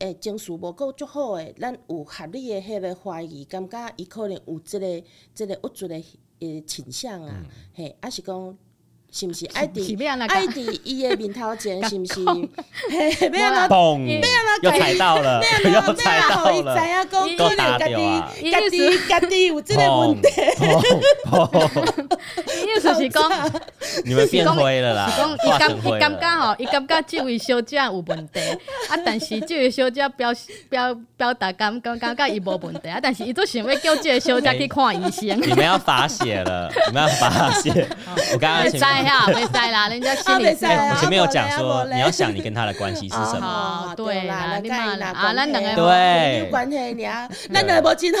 [SPEAKER 2] 诶，情绪无够足好诶，咱有合理诶迄个怀疑，感觉伊可能有即、个即、个物质诶诶倾向啊，嘿、还是讲是毋是爱
[SPEAKER 3] 嗯 是
[SPEAKER 2] 伫
[SPEAKER 3] 要安怎
[SPEAKER 2] 爱伫伊诶面头前，是毋 是？嘿，要安怎
[SPEAKER 4] 嘣，
[SPEAKER 2] 要
[SPEAKER 4] 又
[SPEAKER 2] 不要改
[SPEAKER 4] 踩到了， 又踩
[SPEAKER 2] 要
[SPEAKER 4] 到
[SPEAKER 2] 互伊知
[SPEAKER 4] 了，
[SPEAKER 2] 影讲，
[SPEAKER 4] 够
[SPEAKER 2] 可能
[SPEAKER 4] 打
[SPEAKER 2] 家
[SPEAKER 4] 掉啊哦
[SPEAKER 2] 己家己家己有 即个问
[SPEAKER 4] 砰
[SPEAKER 2] 题。
[SPEAKER 4] 砰砰，
[SPEAKER 3] 意思是讲。
[SPEAKER 4] 你们变灰了 啦
[SPEAKER 3] 是讲，伊
[SPEAKER 4] 啊化
[SPEAKER 3] 感
[SPEAKER 4] 成
[SPEAKER 3] 伊
[SPEAKER 4] 灰
[SPEAKER 3] 感觉
[SPEAKER 4] 了。
[SPEAKER 3] 吼，伊感觉这位小姐有问题，啊，但是这位小姐表表表达感感感觉伊无问题，啊，但是伊都想要叫这个小姐去看医生。
[SPEAKER 4] 你们要罚写了，你们要罚写。我刚刚
[SPEAKER 3] 袂
[SPEAKER 4] 前
[SPEAKER 3] 使
[SPEAKER 4] 面
[SPEAKER 3] 啦，袂使啦，人家心
[SPEAKER 2] 啊
[SPEAKER 3] 理
[SPEAKER 2] 袂使
[SPEAKER 3] 是
[SPEAKER 4] 哎
[SPEAKER 2] 啊
[SPEAKER 4] 我前面有讲
[SPEAKER 2] 啊
[SPEAKER 4] 说
[SPEAKER 2] 不，然啊
[SPEAKER 4] 你要想你跟他的关系是什么。
[SPEAKER 3] 哦
[SPEAKER 2] 哦
[SPEAKER 3] 对啦
[SPEAKER 2] 啦，
[SPEAKER 3] 你嘛啦啊
[SPEAKER 2] 啦，
[SPEAKER 3] 咱两个
[SPEAKER 4] 对
[SPEAKER 2] 有关系俩，咱两个无真 好。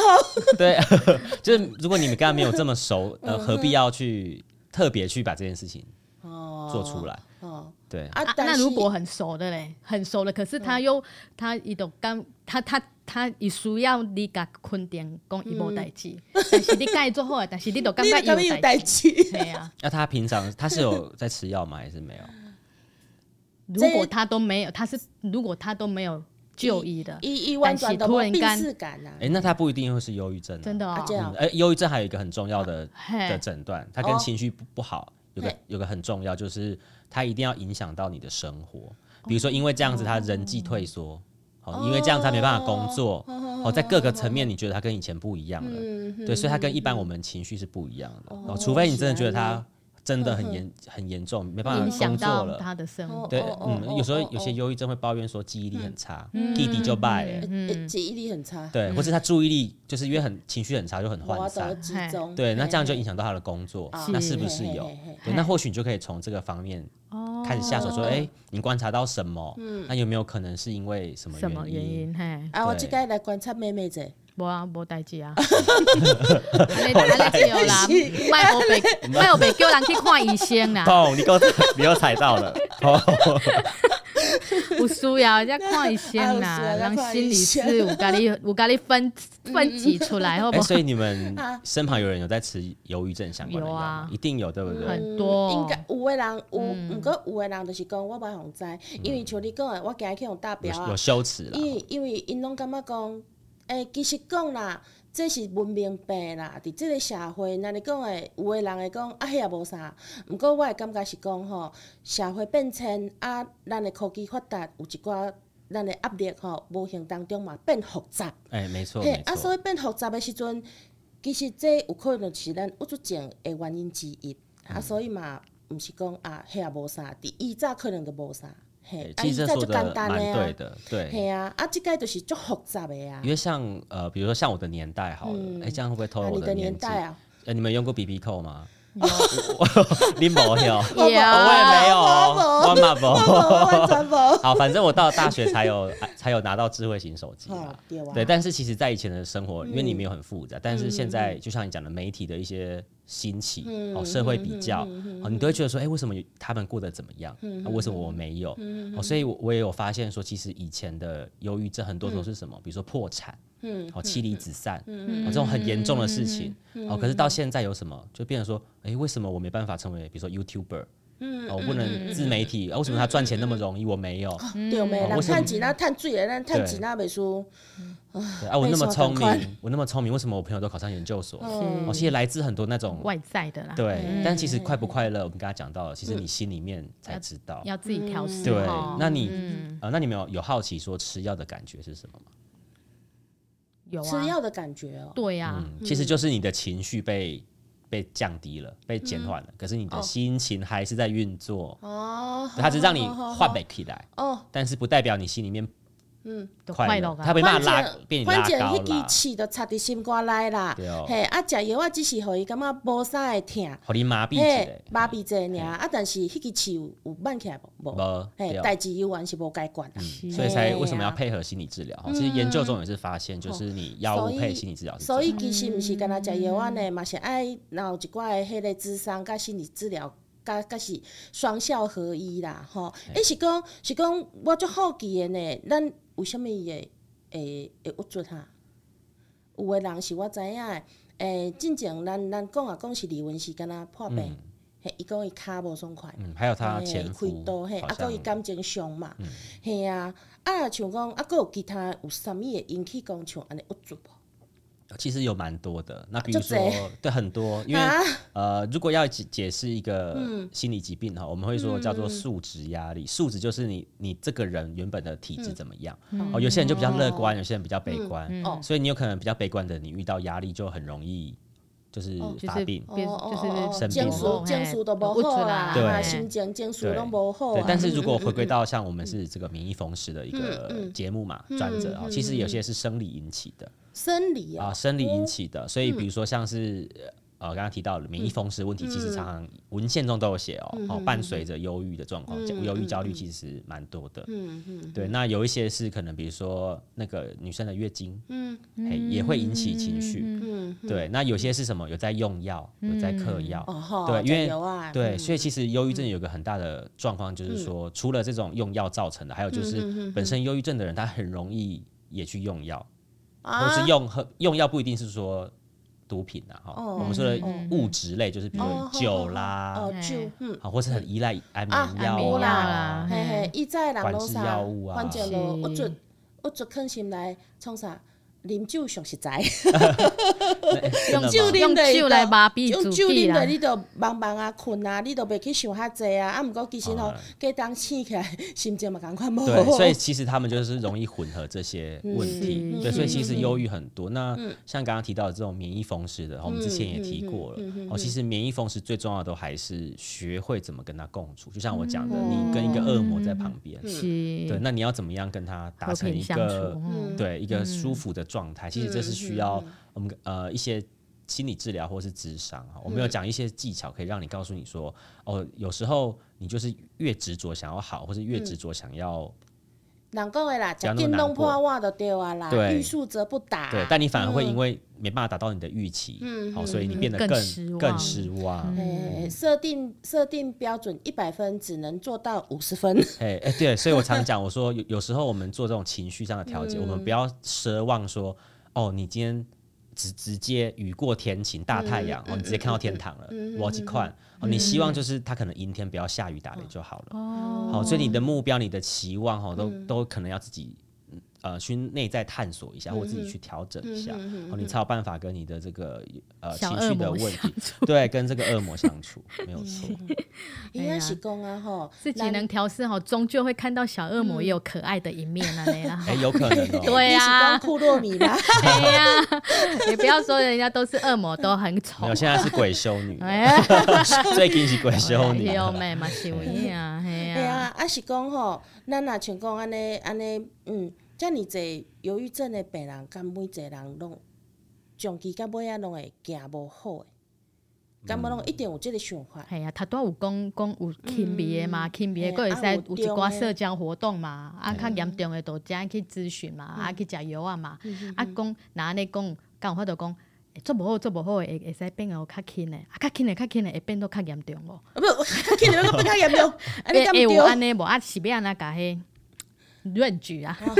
[SPEAKER 4] 对， 就是如果你们跟他没有这么熟， 呃，何必要去特别去把这件事情做出来？
[SPEAKER 2] 哦，
[SPEAKER 4] 对，
[SPEAKER 2] 啊
[SPEAKER 3] 啊，，
[SPEAKER 2] 但
[SPEAKER 3] 那
[SPEAKER 2] 是嗯
[SPEAKER 3] 如果很熟的嘞，很熟的，可是他又他伊都感他他他伊需要你甲肯定讲伊无代志，但是你甲伊做好的，但是你都感
[SPEAKER 2] 嗯 你
[SPEAKER 3] 觉
[SPEAKER 2] 若感觉
[SPEAKER 3] 伊
[SPEAKER 2] 有
[SPEAKER 3] 有
[SPEAKER 2] 代
[SPEAKER 3] 代志。
[SPEAKER 2] 志，
[SPEAKER 3] 对啊，
[SPEAKER 4] 那他平常他是有在吃药吗？还是没有？
[SPEAKER 3] 如果他都没有，他是如果他都没有 就医 的，
[SPEAKER 2] 伊伊完全都无病耻感啊
[SPEAKER 4] 哎、。那他不一定会是忧郁症、啊，
[SPEAKER 3] 真的
[SPEAKER 2] 啊
[SPEAKER 3] 哦
[SPEAKER 2] 这，样
[SPEAKER 4] 嗯。，哎，忧郁症还有一个很重要的
[SPEAKER 3] 嘿
[SPEAKER 4] 的诊断，它跟
[SPEAKER 2] 哦
[SPEAKER 4] 情绪不不好有个
[SPEAKER 2] 嘿
[SPEAKER 4] 有个很重要，就是它一定要影响到你的生活。比
[SPEAKER 2] 哦
[SPEAKER 4] 如说，因为这样子他人际退缩，哦，因为这样他没办法工作，哦，在各个层面你觉得他跟以前不一样了，
[SPEAKER 2] 嗯，
[SPEAKER 4] 对，所以他跟一般我们情绪是不一样的。哦，除非你真的觉得他真
[SPEAKER 2] 嗯
[SPEAKER 4] 的很严很严重，没办
[SPEAKER 3] 影
[SPEAKER 4] 法工
[SPEAKER 3] 响
[SPEAKER 4] 作
[SPEAKER 3] 到
[SPEAKER 4] 了，
[SPEAKER 3] 他的生活。
[SPEAKER 4] 对
[SPEAKER 2] 哦，哦哦
[SPEAKER 4] 嗯，有时候
[SPEAKER 2] 哦
[SPEAKER 4] 有些
[SPEAKER 2] 哦
[SPEAKER 4] 忧郁症会抱怨说记忆力很差，弟弟就拜欸，
[SPEAKER 2] 嗯，记忆力很差，
[SPEAKER 4] 对，
[SPEAKER 3] 嗯
[SPEAKER 4] 或是他注意力就是因为很情绪很差就很
[SPEAKER 2] 我
[SPEAKER 4] 涣
[SPEAKER 2] 都
[SPEAKER 4] 散，
[SPEAKER 2] 集中。
[SPEAKER 4] 对，那这样就影响到他的工作
[SPEAKER 2] 嗯啊，
[SPEAKER 4] 那
[SPEAKER 3] 是
[SPEAKER 4] 是不是有
[SPEAKER 2] 嘿嘿嘿嘿？
[SPEAKER 4] 对，那或许你就可以从这个方面
[SPEAKER 3] 哦
[SPEAKER 4] 开始下手，说，哎，你观察到什么？
[SPEAKER 2] 嗯
[SPEAKER 4] 那有没有可能是因为什么
[SPEAKER 3] 什么原
[SPEAKER 4] 因？
[SPEAKER 3] 因？嘿，
[SPEAKER 2] 啊，我
[SPEAKER 4] 对
[SPEAKER 2] 即个来观察妹妹者，
[SPEAKER 3] 无啊，无代志 啊。安尼安尼对啦，莫后 白莫后白叫人去看医生啦，
[SPEAKER 4] 痛，哦你够你又踩到了，哦痛，
[SPEAKER 3] 有需要才看医生啦。
[SPEAKER 2] 啊有需要才
[SPEAKER 3] 人
[SPEAKER 2] 看
[SPEAKER 3] 心
[SPEAKER 2] 医
[SPEAKER 3] 理
[SPEAKER 2] 生
[SPEAKER 3] 师有甲你有甲你分分级出来，好不
[SPEAKER 4] 哎，
[SPEAKER 3] 好？
[SPEAKER 4] 所以你们
[SPEAKER 2] 啊
[SPEAKER 4] 身旁有人有在吃忧郁症相关的药
[SPEAKER 3] 有啊
[SPEAKER 4] 吗？一定有，对不
[SPEAKER 2] 哎
[SPEAKER 4] 对？
[SPEAKER 3] 很多
[SPEAKER 2] 嗯
[SPEAKER 3] 嗯
[SPEAKER 2] 应该有的人有，毋过有的人就是讲我无互知，因为像你讲的，我今日去互大
[SPEAKER 4] 有
[SPEAKER 2] 标啊
[SPEAKER 4] 嗯有，羞耻了，
[SPEAKER 2] 因为因为因拢感觉讲，诶、其实讲啦，这是文明病啦。伫即个社会，那你讲诶，有诶人会讲啊，迄也无啥。毋过我诶感觉是讲吼，社会变迁啊，咱诶科技发达，有一寡咱诶压力吼，无形当中嘛变复杂。
[SPEAKER 4] 哎，没错
[SPEAKER 2] 嘿
[SPEAKER 4] 没，
[SPEAKER 2] 啊，所
[SPEAKER 4] 错，
[SPEAKER 2] 以变复杂的时阵，其实这有可能是咱郁卒症的原因之一。
[SPEAKER 4] 嗯
[SPEAKER 2] 啊，所以嘛，毋是讲啊，迄也无啥，伫以早可能就无啥，嘿
[SPEAKER 4] 哎，
[SPEAKER 2] 啊，
[SPEAKER 4] 其
[SPEAKER 2] 以
[SPEAKER 4] 实
[SPEAKER 2] 早
[SPEAKER 4] 这说
[SPEAKER 2] 就
[SPEAKER 4] 的
[SPEAKER 2] 简单
[SPEAKER 4] 蛮
[SPEAKER 2] 诶
[SPEAKER 4] 对
[SPEAKER 2] 啊。
[SPEAKER 4] 的，对，
[SPEAKER 2] 系啊，啊，即个就是足复杂的啊
[SPEAKER 4] 因。为像呃，比如说像我的年代好了，哎、这样会不会透
[SPEAKER 2] 啊，
[SPEAKER 4] 露我
[SPEAKER 2] 你的年
[SPEAKER 4] 纪？
[SPEAKER 2] 代啊，
[SPEAKER 4] 呃，你们用过 BB 扣吗？ 你没有，我
[SPEAKER 3] 有
[SPEAKER 4] 也没有，我嘛没。
[SPEAKER 2] 我完全无。
[SPEAKER 4] 好，反正我到大学才有才有拿到智慧型手机嘛
[SPEAKER 2] 哦，对啊
[SPEAKER 4] 对，但是其实，在以前的生活，因为你没有很复杂，但是现在就像你讲的，媒体的一些兴起，哦，社会比较，哦，你都会觉得说，哎，为什么他们过得怎么样？啊为什么我没有？哦，所以我我也有发现说，其实以前的忧郁症很多都是什么，比如说破产，嗯，哦，妻离子散，嗯，这种很严重的事情，哦，可是到现在有什么，就变成说，哎，为什么我没办法成为，比如说 YouTuber？嗯，我不能自媒体，啊为什么他赚钱那么容易，我没有？
[SPEAKER 2] 对没？
[SPEAKER 4] 哦
[SPEAKER 2] 人
[SPEAKER 4] 为什么
[SPEAKER 2] 趁钱啊，趁水的，咱趁钱啊，袂输。
[SPEAKER 4] 对啊，我那么
[SPEAKER 2] 被
[SPEAKER 4] 聪
[SPEAKER 2] 说得快
[SPEAKER 4] 明，我那么聪明，为什么我朋友都考上研究所？
[SPEAKER 3] 嗯
[SPEAKER 4] 哦，其实来自很多那种
[SPEAKER 3] 外在的啦，
[SPEAKER 2] 嗯
[SPEAKER 4] 对，但其实快不快乐，我们刚才讲到了，其实你心里面才知道。
[SPEAKER 3] 要自己调试
[SPEAKER 2] 嗯
[SPEAKER 4] 对
[SPEAKER 3] 吼，
[SPEAKER 4] 那你呃，那你们有有好奇说吃药的感觉是什么吗？
[SPEAKER 3] 有
[SPEAKER 2] 吃
[SPEAKER 3] 啊，
[SPEAKER 2] 药的感觉哦。
[SPEAKER 3] 对啊呀，
[SPEAKER 4] 嗯，其实就是你的情绪被被降低了，被
[SPEAKER 2] 嗯
[SPEAKER 4] 减缓了，可是你的心情还是在运作，
[SPEAKER 2] 哦，
[SPEAKER 4] 它只是让你
[SPEAKER 2] 好好好
[SPEAKER 4] 画北起来，
[SPEAKER 2] 哦，
[SPEAKER 4] 但是不代表你心里面
[SPEAKER 3] 都
[SPEAKER 4] 快
[SPEAKER 3] 快
[SPEAKER 4] 乐
[SPEAKER 3] 乐，
[SPEAKER 4] 它
[SPEAKER 3] 啊，
[SPEAKER 4] 没
[SPEAKER 2] 关
[SPEAKER 4] 办法
[SPEAKER 2] 键
[SPEAKER 4] 拉被你
[SPEAKER 2] 关
[SPEAKER 4] 拉
[SPEAKER 2] 键
[SPEAKER 4] 高
[SPEAKER 2] 迄
[SPEAKER 4] 啦
[SPEAKER 2] 支，刺就插伫心肝内啦
[SPEAKER 4] 对哦。
[SPEAKER 2] 嘿，啊，食药啊，只是互伊感觉无啥会疼，
[SPEAKER 4] 好你麻痹起来
[SPEAKER 2] 嘿，，麻痹者尔。啊，但是迄支刺有有挽起来无？无。
[SPEAKER 4] 无
[SPEAKER 2] 嘿
[SPEAKER 4] 对，哦嗯
[SPEAKER 2] 代志有完是无解决啦。
[SPEAKER 4] 所以才
[SPEAKER 2] 嘿
[SPEAKER 4] 为什么要
[SPEAKER 2] 啊
[SPEAKER 4] 配合心理治疗？其实研究中也是发现，就是你药物配心理治疗是
[SPEAKER 2] 哦所
[SPEAKER 4] 最
[SPEAKER 2] 以
[SPEAKER 4] 好
[SPEAKER 2] 其实毋是干那食药丸呢，嘛是爱然后一寡的迄个智商甲心理治疗。甲甲是双效合一啦，吼！诶，是讲是讲，我足好奇的呢，咱为什物会会会郁卒哈？有的人是我知影的，诶，进前咱咱讲啊讲是李文是干那破病，嘿，伊讲伊骹无爽快，
[SPEAKER 4] 嗯，还有他
[SPEAKER 2] 嘿
[SPEAKER 4] 前
[SPEAKER 2] 哎开
[SPEAKER 4] 夫
[SPEAKER 2] 刀嘿，
[SPEAKER 4] 好
[SPEAKER 2] 啊，搁
[SPEAKER 4] 像
[SPEAKER 2] 伊感情上嘛，嘿啊，啊，若像讲啊，搁有其他有啥物会引起讲像安尼郁卒无？
[SPEAKER 4] 其实有蛮多的。那比如
[SPEAKER 2] 啊就
[SPEAKER 4] 说
[SPEAKER 2] 这，
[SPEAKER 4] 对很多，因为
[SPEAKER 2] 啊嗯
[SPEAKER 4] 呃，如果要解解释一个心理疾病哈，我们会说叫做数值压力。数值就是你你这个人原本的体质怎么样。哦，有些人就比较乐观，有些人比较悲观
[SPEAKER 2] 嗯哦，
[SPEAKER 4] 所以你有可能比较悲观的，你遇到压力就很容易哦就是
[SPEAKER 3] 就
[SPEAKER 4] 发
[SPEAKER 3] 是
[SPEAKER 2] 哦
[SPEAKER 4] 病。
[SPEAKER 3] 变就是
[SPEAKER 4] 生病
[SPEAKER 2] 情绪
[SPEAKER 4] 了
[SPEAKER 2] 情绪都
[SPEAKER 3] 有
[SPEAKER 2] 无
[SPEAKER 3] 出
[SPEAKER 2] 好
[SPEAKER 3] 来
[SPEAKER 2] 啦，
[SPEAKER 4] 对
[SPEAKER 2] 啊，心情情绪
[SPEAKER 4] 对
[SPEAKER 2] 拢无好
[SPEAKER 4] 对
[SPEAKER 2] 啊，。
[SPEAKER 4] 哦但是嗯如果回归到像我们是这个免疫风湿的一个节目嘛，转折啊，其实有些是生理引起的
[SPEAKER 2] 生理
[SPEAKER 4] 啊，
[SPEAKER 2] 啊，
[SPEAKER 4] 生理引起的，所以比如说像是。呃，刚刚提到了免疫风湿问题，其实常常文献中都有写哦，哦，伴随着忧郁的状况，忧郁焦虑其实蛮多的。
[SPEAKER 2] 嗯嗯，
[SPEAKER 4] 对，那有一些是可能，比如说那个女生的月经，嗯，也会引起情绪。嗯，对，那有些是什么？有在用药，有在嗑药。
[SPEAKER 2] 哦吼，
[SPEAKER 4] 对，因为
[SPEAKER 2] 加油啊，
[SPEAKER 4] 对，所以其实忧郁症有个很大的状况，就是说，除了这种用药造成的，还有就是本身忧郁症的人，他很容易也去用药，或
[SPEAKER 2] 啊
[SPEAKER 4] 是，用喝用药不一定是说毒品啊，哈，我们说的物质类就是比如
[SPEAKER 2] 哦
[SPEAKER 4] 说酒啦
[SPEAKER 2] 哦，酒，嗯，
[SPEAKER 4] 好，或是很依赖安
[SPEAKER 2] 啊
[SPEAKER 4] 眠药
[SPEAKER 3] 安眠药
[SPEAKER 4] 啊
[SPEAKER 3] 啦，
[SPEAKER 2] 嘿嘿，以前的人拢
[SPEAKER 4] 管制
[SPEAKER 2] 啥
[SPEAKER 4] 药物，啊
[SPEAKER 2] 反正
[SPEAKER 3] 是
[SPEAKER 2] 就我准我做坑心来创啥？啉酒上实在，
[SPEAKER 4] 真的
[SPEAKER 3] 酒
[SPEAKER 4] 吗
[SPEAKER 3] 力用
[SPEAKER 2] 的
[SPEAKER 3] 酒来麻痹
[SPEAKER 2] 用
[SPEAKER 3] 自
[SPEAKER 2] 酒
[SPEAKER 3] 己
[SPEAKER 2] 啉
[SPEAKER 4] 啊
[SPEAKER 3] 啦
[SPEAKER 2] 的，你就茫茫啊困啊，你就袂去想遐济啊。啊，毋过其实吼
[SPEAKER 4] 啊，
[SPEAKER 2] 计当醒起来，心情嘛共 款无
[SPEAKER 4] 对，
[SPEAKER 2] 好。
[SPEAKER 3] 哦
[SPEAKER 4] 所以其实他们就是容易混合这些问题，
[SPEAKER 3] 嗯
[SPEAKER 4] 对，
[SPEAKER 3] 是
[SPEAKER 4] 所以其实忧郁很多。那像刚刚提到的这种免疫风湿的，哦我们之前也提过
[SPEAKER 3] 嗯
[SPEAKER 4] 了。哦，其实免疫风湿最重要的都还是学会怎么跟他共处。就像我讲的，
[SPEAKER 3] 哦
[SPEAKER 4] 你跟一个恶魔在旁边，
[SPEAKER 3] 嗯
[SPEAKER 4] 对，
[SPEAKER 3] 是
[SPEAKER 4] 那你要怎么样跟他达
[SPEAKER 3] 和
[SPEAKER 4] 成
[SPEAKER 3] 平
[SPEAKER 4] 一
[SPEAKER 3] 相
[SPEAKER 4] 个
[SPEAKER 3] 处，嗯
[SPEAKER 4] 对一个舒服的状态？其实这是需要我们呃一些。心理治疗或是智商哈，我们有
[SPEAKER 3] 嗯
[SPEAKER 4] 讲一些技巧，可以让你告诉你说，哦，有时候你就是越执着想要好，或是
[SPEAKER 3] 嗯
[SPEAKER 4] 越执着想要
[SPEAKER 2] 人讲的啦，
[SPEAKER 4] 不要
[SPEAKER 2] 食
[SPEAKER 4] 那么
[SPEAKER 2] 紧
[SPEAKER 4] 难
[SPEAKER 2] 弄
[SPEAKER 4] 过
[SPEAKER 2] 破碗就对啊啦，
[SPEAKER 4] 对
[SPEAKER 2] 欲速则不达。
[SPEAKER 4] 对，但你反而会因为没办法达到你的预期，好、所以你变得
[SPEAKER 3] 更
[SPEAKER 4] 更
[SPEAKER 3] 失望嗯
[SPEAKER 4] 更失望。哎、
[SPEAKER 2] 诶，设定设定标准一百分，只能做到五 十分。
[SPEAKER 4] 哎、对，所以我常讲，我说有有时候我们做这种情绪上的调节，我们不要奢望说，哦，你今天直直接雨过天晴，大太阳，哦，你直接看到天堂了，我去看。哦，你希望就是它可能阴天不要下雨打雷就好了。
[SPEAKER 3] 哦嗯
[SPEAKER 4] 好、所以你的目标、你的期望哈、哦，都、都可能要自己呃去内在探索一下，
[SPEAKER 3] 嗯
[SPEAKER 4] 或自己去调整一下，哦，你才有办法跟你的这个呃
[SPEAKER 3] 小
[SPEAKER 4] 情
[SPEAKER 3] 恶
[SPEAKER 4] 绪的
[SPEAKER 3] 魔
[SPEAKER 4] 问
[SPEAKER 3] 相嗯
[SPEAKER 4] 题，对，跟这个恶魔相处，没有错。
[SPEAKER 2] 应该是讲啊吼，
[SPEAKER 3] 哎自己能调试好，终究会看到小恶
[SPEAKER 2] 嗯
[SPEAKER 3] 魔也有可爱的一面啊，那啦。
[SPEAKER 4] 哎，有可能 哦。
[SPEAKER 3] 对
[SPEAKER 2] 你是
[SPEAKER 3] 呀
[SPEAKER 2] 讲，库洛米 啦，
[SPEAKER 3] 哎呀，也不要说人家都是恶魔，都很丑
[SPEAKER 4] 没有，。现在是鬼修女，
[SPEAKER 3] 哎，
[SPEAKER 4] 最近是鬼哦修女。
[SPEAKER 3] 有妹嘛是有影啊，嘿
[SPEAKER 2] 哎
[SPEAKER 3] 呀，
[SPEAKER 2] 啊，啊是讲吼，咱若像讲安尼安尼，嗯，遮尼侪忧郁症的病人，甲每一个人拢长期甲尾仔拢会行无好的，感觉拢
[SPEAKER 3] 嗯
[SPEAKER 2] 一定有即个想法。
[SPEAKER 3] 系啊，他都有讲讲有轻微的嘛，轻微的，佫会
[SPEAKER 2] 啊
[SPEAKER 3] 使
[SPEAKER 2] 有
[SPEAKER 3] 有一寡
[SPEAKER 2] 中的
[SPEAKER 3] 社交活动嘛，啊，较严重的就才去咨询嘛，
[SPEAKER 2] 嗯
[SPEAKER 3] 啊去食药啊嘛，啊讲若安尼讲，敢有法度讲，欸做无好做无好的会会使变哦较轻的，啊较轻的较轻的会变到较严重哦，
[SPEAKER 2] 啊不， 肯定要变较严重，安尼
[SPEAKER 3] 会
[SPEAKER 2] 敢
[SPEAKER 3] 会有安
[SPEAKER 2] 对？
[SPEAKER 3] 尼无啊是要安那甲迄论据啊，
[SPEAKER 2] 哦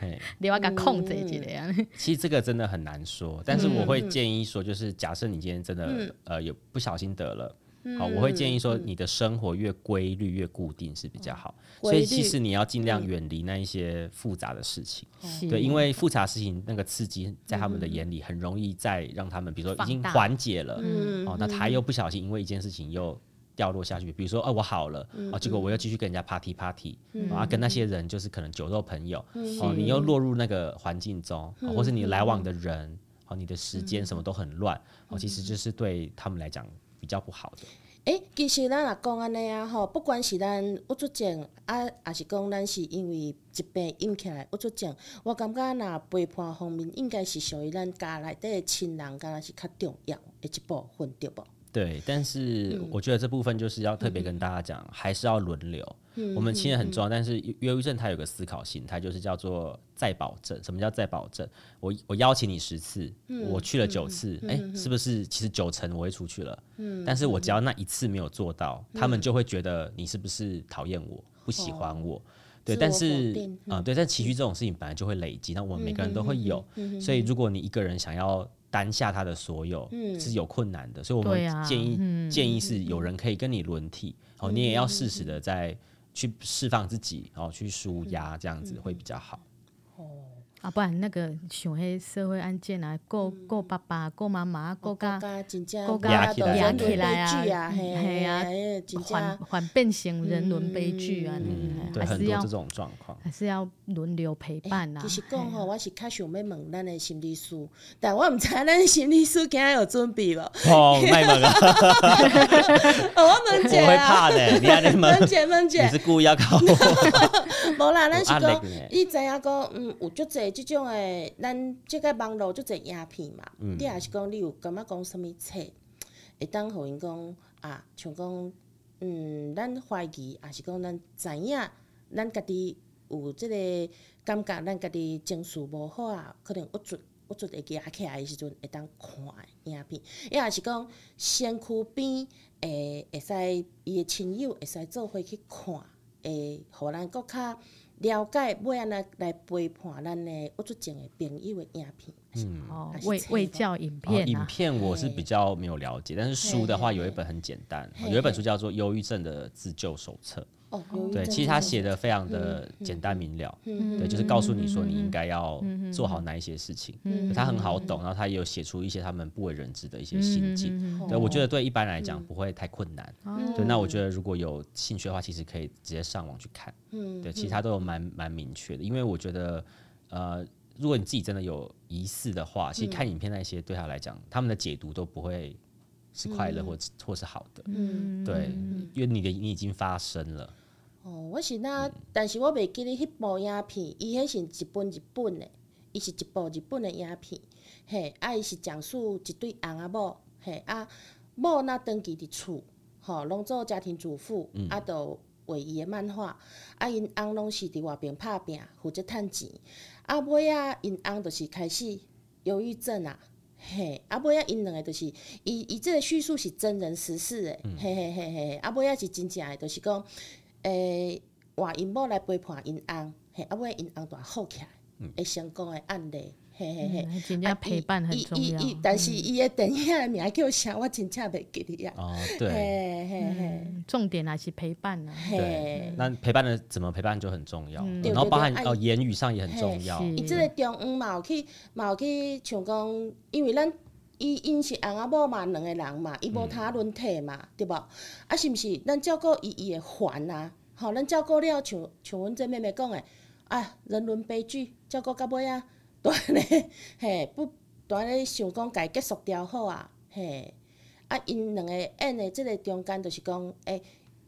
[SPEAKER 4] 嘿
[SPEAKER 3] 你要甲控制一
[SPEAKER 2] 嗯
[SPEAKER 3] 下安尼，
[SPEAKER 4] 其实这个真的很难说，但是我会建议说，就是假设你今天真的、
[SPEAKER 2] 嗯
[SPEAKER 4] 呃有不小心得了。好，我会建议说，你的生活越规律、越固定是比较好。所
[SPEAKER 2] 规
[SPEAKER 4] 以
[SPEAKER 2] 律嗯
[SPEAKER 4] 其实你要尽量远离那一些复杂的事情，
[SPEAKER 2] 哦
[SPEAKER 3] 是
[SPEAKER 4] 对，因为复杂的事情那个刺激在他
[SPEAKER 2] 嗯
[SPEAKER 4] 们的眼里，很容易再让他们，比如说已经
[SPEAKER 3] 放大
[SPEAKER 4] 缓解了，
[SPEAKER 2] 嗯
[SPEAKER 4] 哦，那他又不小心因为一件事情又掉落下去，比如说哦我好了，哦结果我又继续跟人家 party party，啊跟那些人就是可能酒肉朋友，哦你又落入那个环境中，哦或是你来往的人，哦你的时间什么都很乱，哦其实就是对他们来讲比较不好的。
[SPEAKER 2] 诶，其实咱若讲安尼啊吼，不管是咱有足症啊，也是讲咱是因为疾病引起来有足症，我感觉若陪伴方面应该是属于咱家内底的亲人，敢若是较重要的一部分，对无？
[SPEAKER 4] 对，但是
[SPEAKER 2] 嗯
[SPEAKER 4] 我觉得这部分就是要特别跟大家讲，还是要轮流。
[SPEAKER 2] 嗯
[SPEAKER 4] 我们亲人很重要，但是忧郁症它有个思考心态，就是叫做再保证。什么叫再保证？我我邀请你十次，
[SPEAKER 2] 嗯
[SPEAKER 4] 我去了九次，哎、是不是其实九成我会出去了？
[SPEAKER 2] 嗯
[SPEAKER 4] 但是我只要那一次没有做到，他们就会觉得你是不是讨厌我，不喜欢我。对，
[SPEAKER 2] 哦自
[SPEAKER 4] 但
[SPEAKER 2] 我
[SPEAKER 4] 是
[SPEAKER 2] 否定嗯
[SPEAKER 4] 啊、对，但情绪这种事情本来就会累积，那我们每个人都会有，
[SPEAKER 2] 嗯
[SPEAKER 4] 所以如果你一个人想要担下他的所有，
[SPEAKER 2] 嗯
[SPEAKER 4] 是有困难的，所以我
[SPEAKER 3] 对啊
[SPEAKER 4] 们建议、建议是有人可以跟你轮替，哦，你也要适时的在去释放自己，然、后去舒压，这样子会比较好。
[SPEAKER 3] 啊不然那个像迄社会案件啊，顾顾爸爸顾妈妈顾甲。
[SPEAKER 2] 嗯哦家真正
[SPEAKER 3] 国
[SPEAKER 4] 家
[SPEAKER 2] 国就
[SPEAKER 4] 压起
[SPEAKER 3] 来啊
[SPEAKER 2] 人类悲剧啊，
[SPEAKER 3] 嗯
[SPEAKER 2] 嘿
[SPEAKER 3] 嘿啊
[SPEAKER 2] 嘿真
[SPEAKER 3] 缓
[SPEAKER 2] 正
[SPEAKER 3] 缓变成人伦悲剧啊，
[SPEAKER 4] 嗯，
[SPEAKER 3] 那
[SPEAKER 4] 对，
[SPEAKER 3] 还
[SPEAKER 4] 很
[SPEAKER 3] 是
[SPEAKER 4] 多
[SPEAKER 3] 要
[SPEAKER 4] 这种状 况。
[SPEAKER 3] 还是要轮流陪伴啊。
[SPEAKER 2] 其实讲吼，我是较想要问咱的心理师，但我毋知咱心理师今仔有准备无？
[SPEAKER 4] 哦，卖萌啊，
[SPEAKER 2] 哦，我问
[SPEAKER 4] 我
[SPEAKER 2] 者
[SPEAKER 4] 会
[SPEAKER 2] 啊，
[SPEAKER 4] 怕的，你还在萌
[SPEAKER 2] 问，者问者
[SPEAKER 4] 你，是故意 要搞 我？
[SPEAKER 2] 无啦，咱是
[SPEAKER 4] 有压
[SPEAKER 2] 讲
[SPEAKER 4] 力呢，
[SPEAKER 2] 你知影讲，嗯，有足侪即种诶，咱即个网络足侪影片嘛。
[SPEAKER 4] 嗯
[SPEAKER 2] 你也是讲，你有感觉讲什物册，会当互因讲啊，像讲，嗯，咱怀疑，也是讲咱知影，咱家己有即个感觉，咱家己情绪无好啊，可能郁卒郁卒会举起来的时阵，会当啊看的影片，伊也是讲身躯边诶，会使伊的亲友会使做伙去看，会互咱搁较了解要安怎来陪伴咱的郁卒症的朋友的影片。嗯，
[SPEAKER 3] 哦
[SPEAKER 2] 还，是
[SPEAKER 3] 卫
[SPEAKER 2] 册
[SPEAKER 3] 卫
[SPEAKER 2] 吧
[SPEAKER 3] 教影
[SPEAKER 4] 哦，
[SPEAKER 3] 片
[SPEAKER 4] 影
[SPEAKER 3] 啊，
[SPEAKER 4] 片我是比较没有了解，但是书的话有一本很简单，有一本书叫做《忧郁症的自救手册》。
[SPEAKER 2] 哦，忧郁
[SPEAKER 4] 对，
[SPEAKER 2] 症
[SPEAKER 4] 其实他
[SPEAKER 2] 真
[SPEAKER 4] 写
[SPEAKER 2] 是
[SPEAKER 4] 的非常的简单明了，
[SPEAKER 2] 嗯，嗯
[SPEAKER 4] 对，就是告诉你说你应该要做好哪一些事情，
[SPEAKER 2] 嗯
[SPEAKER 4] 他很好懂，然后他也有写出一些他们不为人知的一些心境。
[SPEAKER 3] 嗯
[SPEAKER 4] 对，
[SPEAKER 2] 哦
[SPEAKER 4] 我觉得对一般来讲不会太困难。
[SPEAKER 2] 嗯
[SPEAKER 4] 对，那我觉得如果有兴趣的话，其实可以直接上网去看。
[SPEAKER 2] 嗯
[SPEAKER 4] 对，其实他都有蛮蛮明确的，因为我觉得，呃，如果你自己真的有疑似的话，
[SPEAKER 2] 嗯
[SPEAKER 4] 其实看影片那些对他来讲，他们的解读都不会是快乐或、或是好的。
[SPEAKER 2] 嗯
[SPEAKER 4] 对，因为你的你已经发生了。
[SPEAKER 2] 哦，我是那，但是我袂记咧迄部影片，伊迄是一本一本的，伊是一部日本的影片，嘿，啊，伊是讲述一对翁仔某，嘿，啊，某若长期伫厝，吼，拢做家庭主妇，啊，就画伊的漫画，啊，因翁拢是伫外边拍拼，负责趁钱，啊，尾啊，因翁就是开始忧郁症啊。嘿，啊尾啊，因两个就是，伊伊即个叙述是真人实事诶，嘿嘿嘿嘿，啊尾啊是真正诶，就是讲诶，换因某来陪伴因翁，嘿，啊尾因翁就好起来，会成功的案例，嘿嘿嘿。啊
[SPEAKER 3] 嗯真正陪伴很
[SPEAKER 2] 伊
[SPEAKER 3] 重
[SPEAKER 2] 伊
[SPEAKER 3] 要
[SPEAKER 2] 伊，但是伊的电影的名叫啥，我真正袂记得呀。
[SPEAKER 4] 哦，对。
[SPEAKER 2] 嘿嘿嘿
[SPEAKER 3] 嗯重点还是陪伴啊。
[SPEAKER 4] 对
[SPEAKER 2] 嘿，。
[SPEAKER 4] 那陪伴的怎么陪伴就很重要，
[SPEAKER 3] 嗯
[SPEAKER 4] 然后包含
[SPEAKER 2] 对对对
[SPEAKER 4] 哦
[SPEAKER 2] 啊
[SPEAKER 4] 言语上也很重要，
[SPEAKER 3] 嘿是
[SPEAKER 2] 伊即个中央嘛有去嘛有去像讲，因为咱伊因是翁仔某嘛，两个人嘛，伊无他轮替嘛，对无？啊，是毋是？咱照顾伊伊会烦啊，吼，咱照顾了像像阮这妹妹讲的，啊，人伦悲剧，照顾到尾啊，都安尼， 嘿，不，都安尼想讲家结束掉好啊，嘿，啊，因两个演的即个中间就是讲，诶、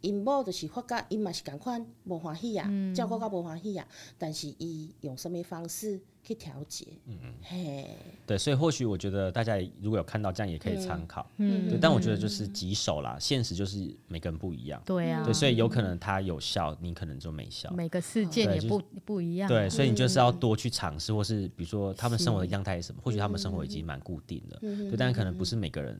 [SPEAKER 2] 因某就是发觉，因嘛是共款无欢喜啊，照顾到无欢喜啊，但是伊用什物方式去调节？嗯嘿，
[SPEAKER 4] 对，所以或许我觉得大家也如果有看到这样也可以参考，
[SPEAKER 3] 嗯
[SPEAKER 4] 对，但我觉得就是棘手啦，现实就是每个人不一样，
[SPEAKER 3] 对啊
[SPEAKER 2] 嗯
[SPEAKER 4] 对，，所以有可能他有效，你可能就没效，
[SPEAKER 3] 每个事件
[SPEAKER 4] 对
[SPEAKER 3] 也
[SPEAKER 4] 就是
[SPEAKER 3] 不不一样。啊
[SPEAKER 4] 对，所以你就是要多去尝试，或是比如说他们生活的样态嗯是什嗯么，或许他们生活已经蛮固定的，对，但可能不是每个人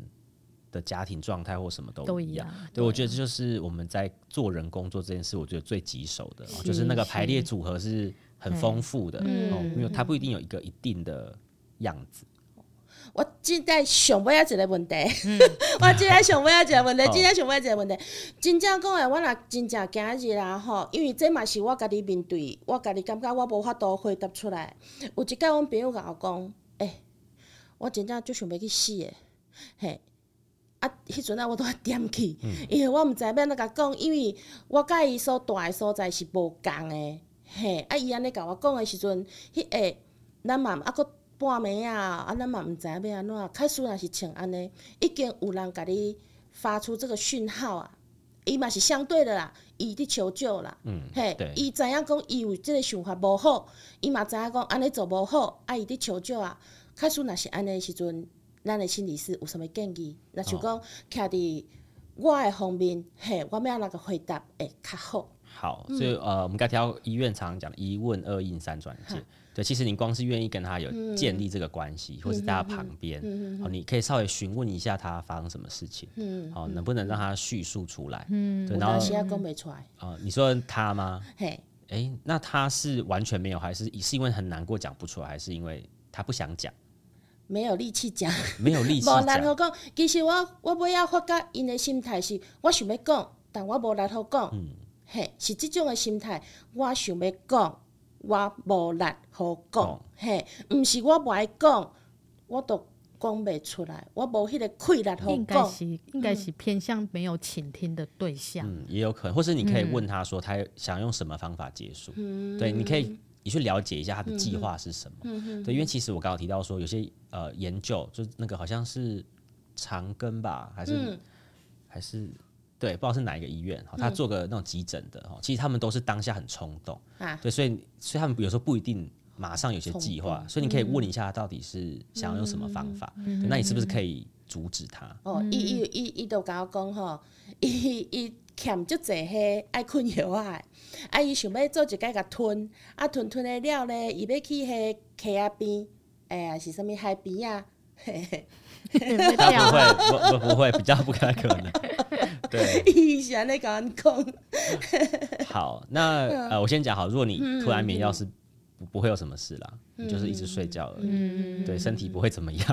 [SPEAKER 4] 的家庭状态或什么
[SPEAKER 3] 都
[SPEAKER 4] 嗯都
[SPEAKER 3] 一
[SPEAKER 4] 一
[SPEAKER 3] 样
[SPEAKER 4] 样。对，我觉得这就是我们在做人工作这件事，我觉得最棘手的，哦就是那个排列组合是很丰富的，哦，因为它不一定有一个一定的样子。
[SPEAKER 2] 我真在想尾仔一个问题， 我真在想尾仔一个问题，
[SPEAKER 4] 好
[SPEAKER 2] 真在想尾仔一个问题。真正讲诶，我若真正今日啦吼，因为这嘛是我家己面对，我家己感觉我无法度回答出来。有一摆阮朋友甲我讲，诶、我真正就想要去死诶，嘿。啊，迄阵啊，我都要点去，因为我毋知要安怎甲讲，因为我甲伊所住诶所在是无共诶，嘿，啊，伊安尼甲我讲诶时阵，迄下咱嘛啊，搁半暝啊，啊，咱嘛毋知要安怎，确实若是穿安尼，已经有人甲你发出这个讯号啊，伊嘛是相对的啦，伊伫求救啦，
[SPEAKER 4] 嗯
[SPEAKER 2] 嘿
[SPEAKER 4] 对，
[SPEAKER 2] 伊知影讲伊有即个想法无好，伊嘛知影讲安尼做无好，啊，伊伫求救啊，确实若是安尼的时阵，咱的心理师有啥物建议？若就
[SPEAKER 4] 哦
[SPEAKER 2] 讲徛伫我的方面，嘿，我要安怎个回答会较
[SPEAKER 4] 啊
[SPEAKER 2] 好？
[SPEAKER 4] 好，
[SPEAKER 2] 嗯
[SPEAKER 4] 所以呃，我们刚才提到医院常常讲的一问二应三转介，对，其实你光是愿意跟他
[SPEAKER 2] 嗯
[SPEAKER 4] 有建立这个关系，或是在他旁边，好，你可以稍微询问一下他发生什么事情，
[SPEAKER 2] 嗯，
[SPEAKER 4] 好，能不能让他叙述出来，嗯，对，
[SPEAKER 2] 有
[SPEAKER 4] 然
[SPEAKER 2] 当
[SPEAKER 4] 后
[SPEAKER 2] 时也讲袂出来，
[SPEAKER 4] 啊，你说他吗？
[SPEAKER 2] 嘿，
[SPEAKER 4] 诶，那他是完全没有，还是是因为很难过讲不出来，还是因为他不想讲，
[SPEAKER 2] 没有力气 讲。
[SPEAKER 4] 没有力气
[SPEAKER 2] 无力好
[SPEAKER 4] 讲？
[SPEAKER 2] 讲，其实我我尾仔发觉因的心态是，我想要讲，但我无力好讲，
[SPEAKER 4] 嗯
[SPEAKER 2] 嘿，是即种的心态，我想要讲，我无力好讲，
[SPEAKER 4] 哦
[SPEAKER 2] 嘿，毋是我无爱讲，我都讲袂出来，我无迄个气力好
[SPEAKER 3] 应该
[SPEAKER 2] 讲，
[SPEAKER 3] 是应该
[SPEAKER 2] 嗯
[SPEAKER 3] 是偏向没有倾听的对象。
[SPEAKER 4] 嗯，也有可能，或是你可以问他说他想用什么方法结束，对，你可以你去了解一下他的计划是什么，对，因为其实我刚刚有提到说有些呃研究就是那个好像是长庚吧，还是、还是对，不知道是哪一个医院，好，他做个那种急诊的，哦，其实他们都是当下很冲动，
[SPEAKER 2] 啊
[SPEAKER 4] 对，所以所以他们有时候不一定。马上有些计划，所以你可以问一下他到底是想要用什么方法，对那你是不是可以阻止他？
[SPEAKER 2] 哦，伊伊伊伊就甲我讲吼， 伊伊欠足济迄爱困药啊的，啊伊想要做一摆甲吞，啊吞吞了了咧，伊要去迄溪仔边，哎呀是啥物海边啊， 嘿嘿。
[SPEAKER 4] 他
[SPEAKER 3] 啊
[SPEAKER 4] 不会，不不不会，比较不太可 能。对，
[SPEAKER 2] 伊是安尼甲阮讲，
[SPEAKER 4] 好，那
[SPEAKER 2] 嗯
[SPEAKER 4] 呃，我先讲好，如果你突然免药是不不会有什么事啦，你就是 一直睡觉而已，对，身体不会怎么样。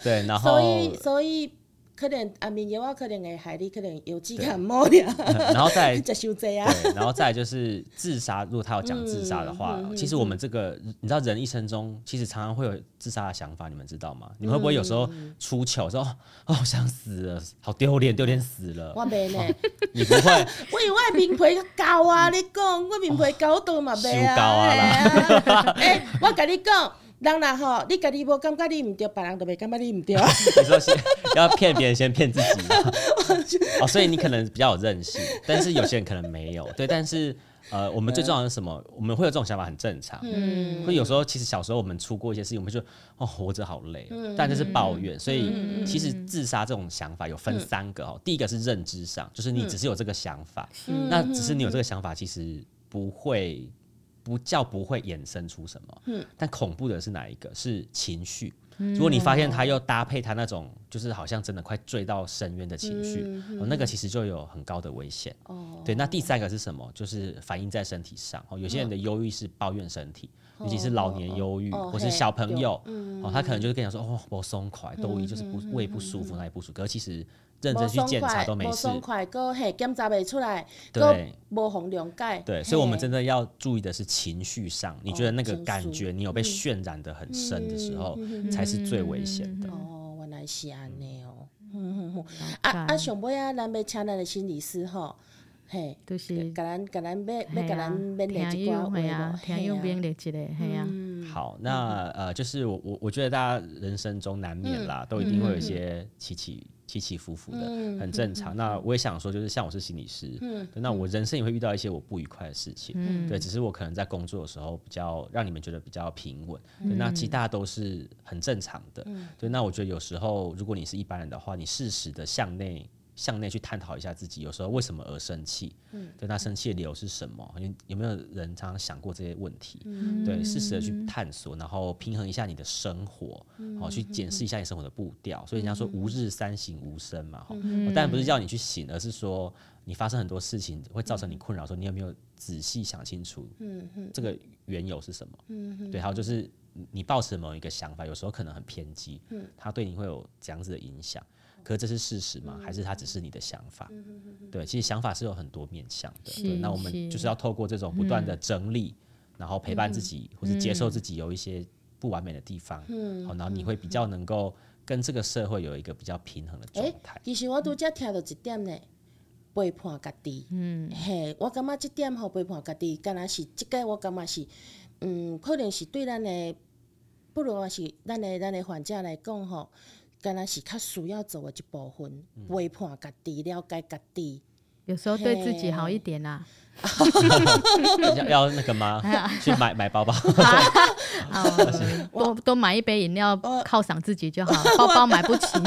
[SPEAKER 4] 对，然
[SPEAKER 2] 嗯 所
[SPEAKER 4] 后
[SPEAKER 2] 以所以可能安眠药啊，可能会害你，可能有肌感冒了，
[SPEAKER 4] 然后再来
[SPEAKER 2] 食伤济啊。
[SPEAKER 4] 对，然后再来就是自杀。如果他有讲自杀的话，
[SPEAKER 2] 嗯嗯嗯
[SPEAKER 4] 其实我们这个你知道，人一生中其实常常会有自杀的想法，你们知道吗？你们会不会有时候
[SPEAKER 2] 嗯
[SPEAKER 4] 出糗说哦哦我想死了，好丢脸，丢脸死了？
[SPEAKER 2] 我袂呢，
[SPEAKER 4] 你不会
[SPEAKER 2] 我以为我的面皮厚啊！你讲我面皮厚到嘛袂
[SPEAKER 4] 太高
[SPEAKER 2] 啊？
[SPEAKER 4] 啊啦，
[SPEAKER 2] 哎、 我甲你讲，人啦吼，你家己无感觉你毋对，别人就袂感觉你毋对。
[SPEAKER 4] 你说先要骗别人，先骗自己吗哦，所以你可能比较有韧性，但是有些人可能没有。对，但是呃，我们最重要的是什么？我们会有这种想法很正常。
[SPEAKER 2] 嗯，
[SPEAKER 4] 会有时候，其实小时候我们出过一些事情，我们就哦活着好累、哦，但这是抱怨。所以其实自杀这种想法有分三个哦，第一个是认知上，就是你只是有这个想法，那只是你有这个想法，其实不会不叫不会衍生出什么。但恐怖的是哪一个？是情绪。
[SPEAKER 2] 嗯
[SPEAKER 4] 如果你发现他又搭配他那种，就是好像真的快坠到深渊的情绪、
[SPEAKER 2] 嗯
[SPEAKER 4] 哦，那个其实就有很高的危险。
[SPEAKER 2] 哦
[SPEAKER 4] 对，那第三个是什么？就是反映在身体上。哦，有些人的忧郁是抱怨身体，尤其是老年忧郁、
[SPEAKER 2] 哦
[SPEAKER 4] 或是
[SPEAKER 2] 嘿
[SPEAKER 4] 小朋
[SPEAKER 2] 有嗯
[SPEAKER 4] 友，哦，他可能就是跟你讲说，哦，我松快，都一就是不胃不舒
[SPEAKER 2] 嗯
[SPEAKER 4] 服，哪里不舒服，可是其实认 真去检查都没
[SPEAKER 2] 无
[SPEAKER 4] 事。
[SPEAKER 2] 爽快，搁嘿检查袂出来，搁
[SPEAKER 4] 对
[SPEAKER 2] 无互谅解。
[SPEAKER 4] 对，所以我们真
[SPEAKER 2] 的
[SPEAKER 4] 的要注意的是情绪上，你觉得那个感觉你有被渲染的很深的时候，才是最危险的。
[SPEAKER 2] 哦，原来是安尼哦。
[SPEAKER 3] 嗯
[SPEAKER 2] 啊啊，上尾啊，咱要请咱的心理师吼，嘿，
[SPEAKER 3] 就是
[SPEAKER 2] 甲咱甲咱要
[SPEAKER 3] 嘿
[SPEAKER 2] 要甲
[SPEAKER 3] 啊
[SPEAKER 2] 咱免
[SPEAKER 3] 听
[SPEAKER 2] 练一寡
[SPEAKER 3] 友
[SPEAKER 2] 话
[SPEAKER 3] 嘿啊
[SPEAKER 2] 咯，，
[SPEAKER 3] 听友
[SPEAKER 2] 嘿嗯
[SPEAKER 3] 免练一个，嘿啊，
[SPEAKER 4] 好，那呃，就是我我我觉得大家人生中难免啦，都一定会有一些起起起起伏伏的，很正常。那我也想说，就是像我是心理师，对那我人生也会遇到一些我不愉快的事情，对，只是我可能在工作的时候比较让你们觉得比较平稳，对，那其实大家都是很正常的，对。那我觉得有时候如果你是一般人的话，你适时的向内。向内去探讨一下自己，有时候为什么而生气？对，那生气的理由是什么？有有没有人常常想过这些问题？对，适时的去探索，然后平衡一下你的生活，好、去检视一下你生活的步调。所以人家说“吾日三省吾身”嘛，哈、哦当然不是叫你去醒，而是说你发生很多事情会造
[SPEAKER 3] 嗯
[SPEAKER 4] 成你困扰的时候，说你有没有仔细想清楚，这个缘由是什么？
[SPEAKER 3] 嗯
[SPEAKER 4] 对，还有就是你你抱持某一个想法，有时候可能很偏激，
[SPEAKER 3] 嗯
[SPEAKER 4] 它对你会有怎样子的影响？可是这是事实吗？
[SPEAKER 3] 嗯
[SPEAKER 4] 还是它只是你的想法？对，其实想法是有很多面向的。对，
[SPEAKER 3] 是
[SPEAKER 4] 那我们
[SPEAKER 3] 是嗯
[SPEAKER 4] 就是要透过这种不断的整理，然后陪伴自己，或是接受自己有一些不完美的地方，
[SPEAKER 3] 嗯
[SPEAKER 4] 好，然后你会比较能够跟这个社会有一个比较平衡的状
[SPEAKER 2] 诶
[SPEAKER 4] 态。
[SPEAKER 2] 其实我拄则听到一点呢，背叛家己。嗯，嘿，我感觉即点吼背叛家己，敢若是即个我感觉是，嗯，可能是对咱的，不论还是咱的咱的患者来讲吼，敢若是较需要做的一部分，
[SPEAKER 4] 嗯
[SPEAKER 2] 背叛家己，了解家己。
[SPEAKER 3] 有时候对自己好一点啊啦。
[SPEAKER 4] 要要那 个吗？去买买包包。
[SPEAKER 3] 哦，多多买一杯饮料
[SPEAKER 2] 哦
[SPEAKER 3] 犒赏自己就好，包包买不 起。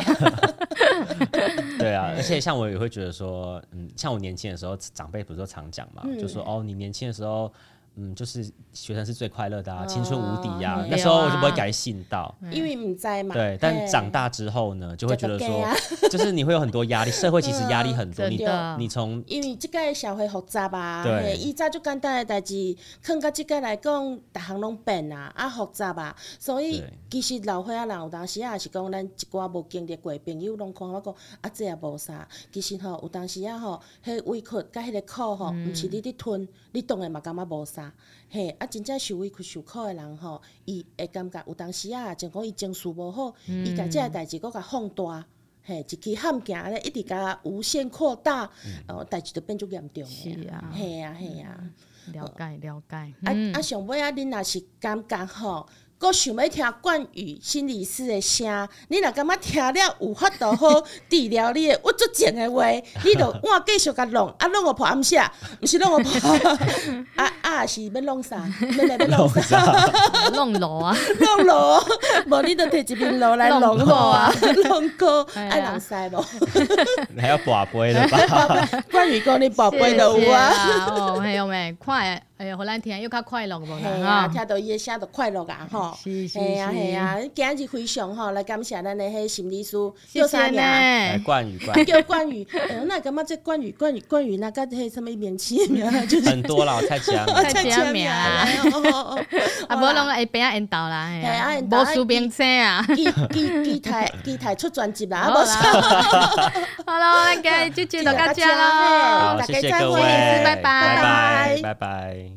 [SPEAKER 4] 对啊，而且像我也会觉得说，嗯，像我年轻的时候，长辈不是都常讲嘛，就说哦，你年轻的时候，嗯，就是学生是最快乐的啊，青春无敌呀、
[SPEAKER 2] 哦
[SPEAKER 4] 那时候我就不会
[SPEAKER 3] 对啊
[SPEAKER 4] 改信道。
[SPEAKER 2] 因为毋知嘛，
[SPEAKER 4] 对，但
[SPEAKER 2] 嘿
[SPEAKER 4] 长大之后呢，就会觉得
[SPEAKER 2] 这个
[SPEAKER 4] 说，
[SPEAKER 2] 假
[SPEAKER 4] 就是你会有很多压力，社会其实压力很多，
[SPEAKER 3] 真
[SPEAKER 4] 你
[SPEAKER 3] 的
[SPEAKER 4] 你从
[SPEAKER 2] 因为即个社会复杂啊，
[SPEAKER 4] 对
[SPEAKER 2] 嘿以早就简单诶代志，囥到即个来讲，逐项拢变啊，啊复杂啊，所以
[SPEAKER 4] 对
[SPEAKER 2] 其实老岁仔人有当时啊也是讲，咱一寡无经历过的朋友拢看我讲，啊这也无啥，其实吼有当时啊吼，迄委屈甲迄个苦吼，
[SPEAKER 4] 嗯
[SPEAKER 2] 毋是你伫吞，你当然嘛感觉无啥，嘿，啊真正受委屈受苦诶人吼，伊会感觉有当时啊，就讲伊情绪无好，伊
[SPEAKER 3] 嗯
[SPEAKER 2] 甲即个代志佫甲放大。嘿，一支陷阱咧，一直甲无限扩大，哦，代志就变足严重诶。
[SPEAKER 3] 是啊嗯
[SPEAKER 2] 嘿啊，嘿啊。
[SPEAKER 3] 了解了解，
[SPEAKER 2] 啊 啊，上尾啊，恁若是感觉吼，搁想要听冠宇心理师的声，你若感觉听了有法度好治疗你的郁卒症的话，你就换继续甲弄，啊弄我破暗下，毋是弄我破， 啊啊是要弄啥？要来要弄啥？
[SPEAKER 3] 弄楼啊，
[SPEAKER 2] 弄咯，无你就摕一瓶落来弄
[SPEAKER 3] 弄
[SPEAKER 2] 好
[SPEAKER 3] 好
[SPEAKER 2] 啊
[SPEAKER 3] 啊，
[SPEAKER 2] 弄过
[SPEAKER 3] 哎
[SPEAKER 2] 爱
[SPEAKER 3] 呀
[SPEAKER 2] 人 塞无？
[SPEAKER 4] 还要寡杯了吧？
[SPEAKER 2] 冠宇讲你宝贝都有啊。
[SPEAKER 3] 谢谢啦。哦，嘿，有没快？哎呦，互咱听又较快乐无
[SPEAKER 2] 嘿
[SPEAKER 3] 啦？
[SPEAKER 2] 啊，
[SPEAKER 3] 哈
[SPEAKER 2] 听到伊的声就快乐啊，吼！吼。
[SPEAKER 3] 是是
[SPEAKER 2] 嘿啊嘿
[SPEAKER 3] 是，
[SPEAKER 2] 啊，今日非常吼来感谢咱的迄心理师
[SPEAKER 3] 谢
[SPEAKER 2] 叫啥
[SPEAKER 3] 谢
[SPEAKER 2] 名啊？
[SPEAKER 4] 来
[SPEAKER 3] 呢。
[SPEAKER 4] 冠宇冠宇
[SPEAKER 2] 叫冠宇，哎，那感觉这冠宇冠宇冠宇那个迄什么名 气名啊，就是
[SPEAKER 4] 很多啦，我太强了。
[SPEAKER 3] 太
[SPEAKER 2] 这
[SPEAKER 3] 正
[SPEAKER 2] 样
[SPEAKER 3] 名啊
[SPEAKER 2] 哎 哦哦哦
[SPEAKER 3] 啊，无拢会变啊缘投啦，嘿
[SPEAKER 2] 嘿啊
[SPEAKER 3] 啊，
[SPEAKER 2] 缘投啊
[SPEAKER 3] 无输明星啊。
[SPEAKER 2] 机机机台机台出专 辑啦，
[SPEAKER 3] 好
[SPEAKER 2] 啊，无错，
[SPEAKER 3] 啦，好啦，咱今日就就到这
[SPEAKER 2] 好
[SPEAKER 3] 咯。
[SPEAKER 4] 好，
[SPEAKER 2] 大
[SPEAKER 4] 谢
[SPEAKER 2] 家
[SPEAKER 4] 谢
[SPEAKER 2] 再
[SPEAKER 4] 各位，
[SPEAKER 2] 会
[SPEAKER 3] 拜拜
[SPEAKER 4] 拜拜，拜拜。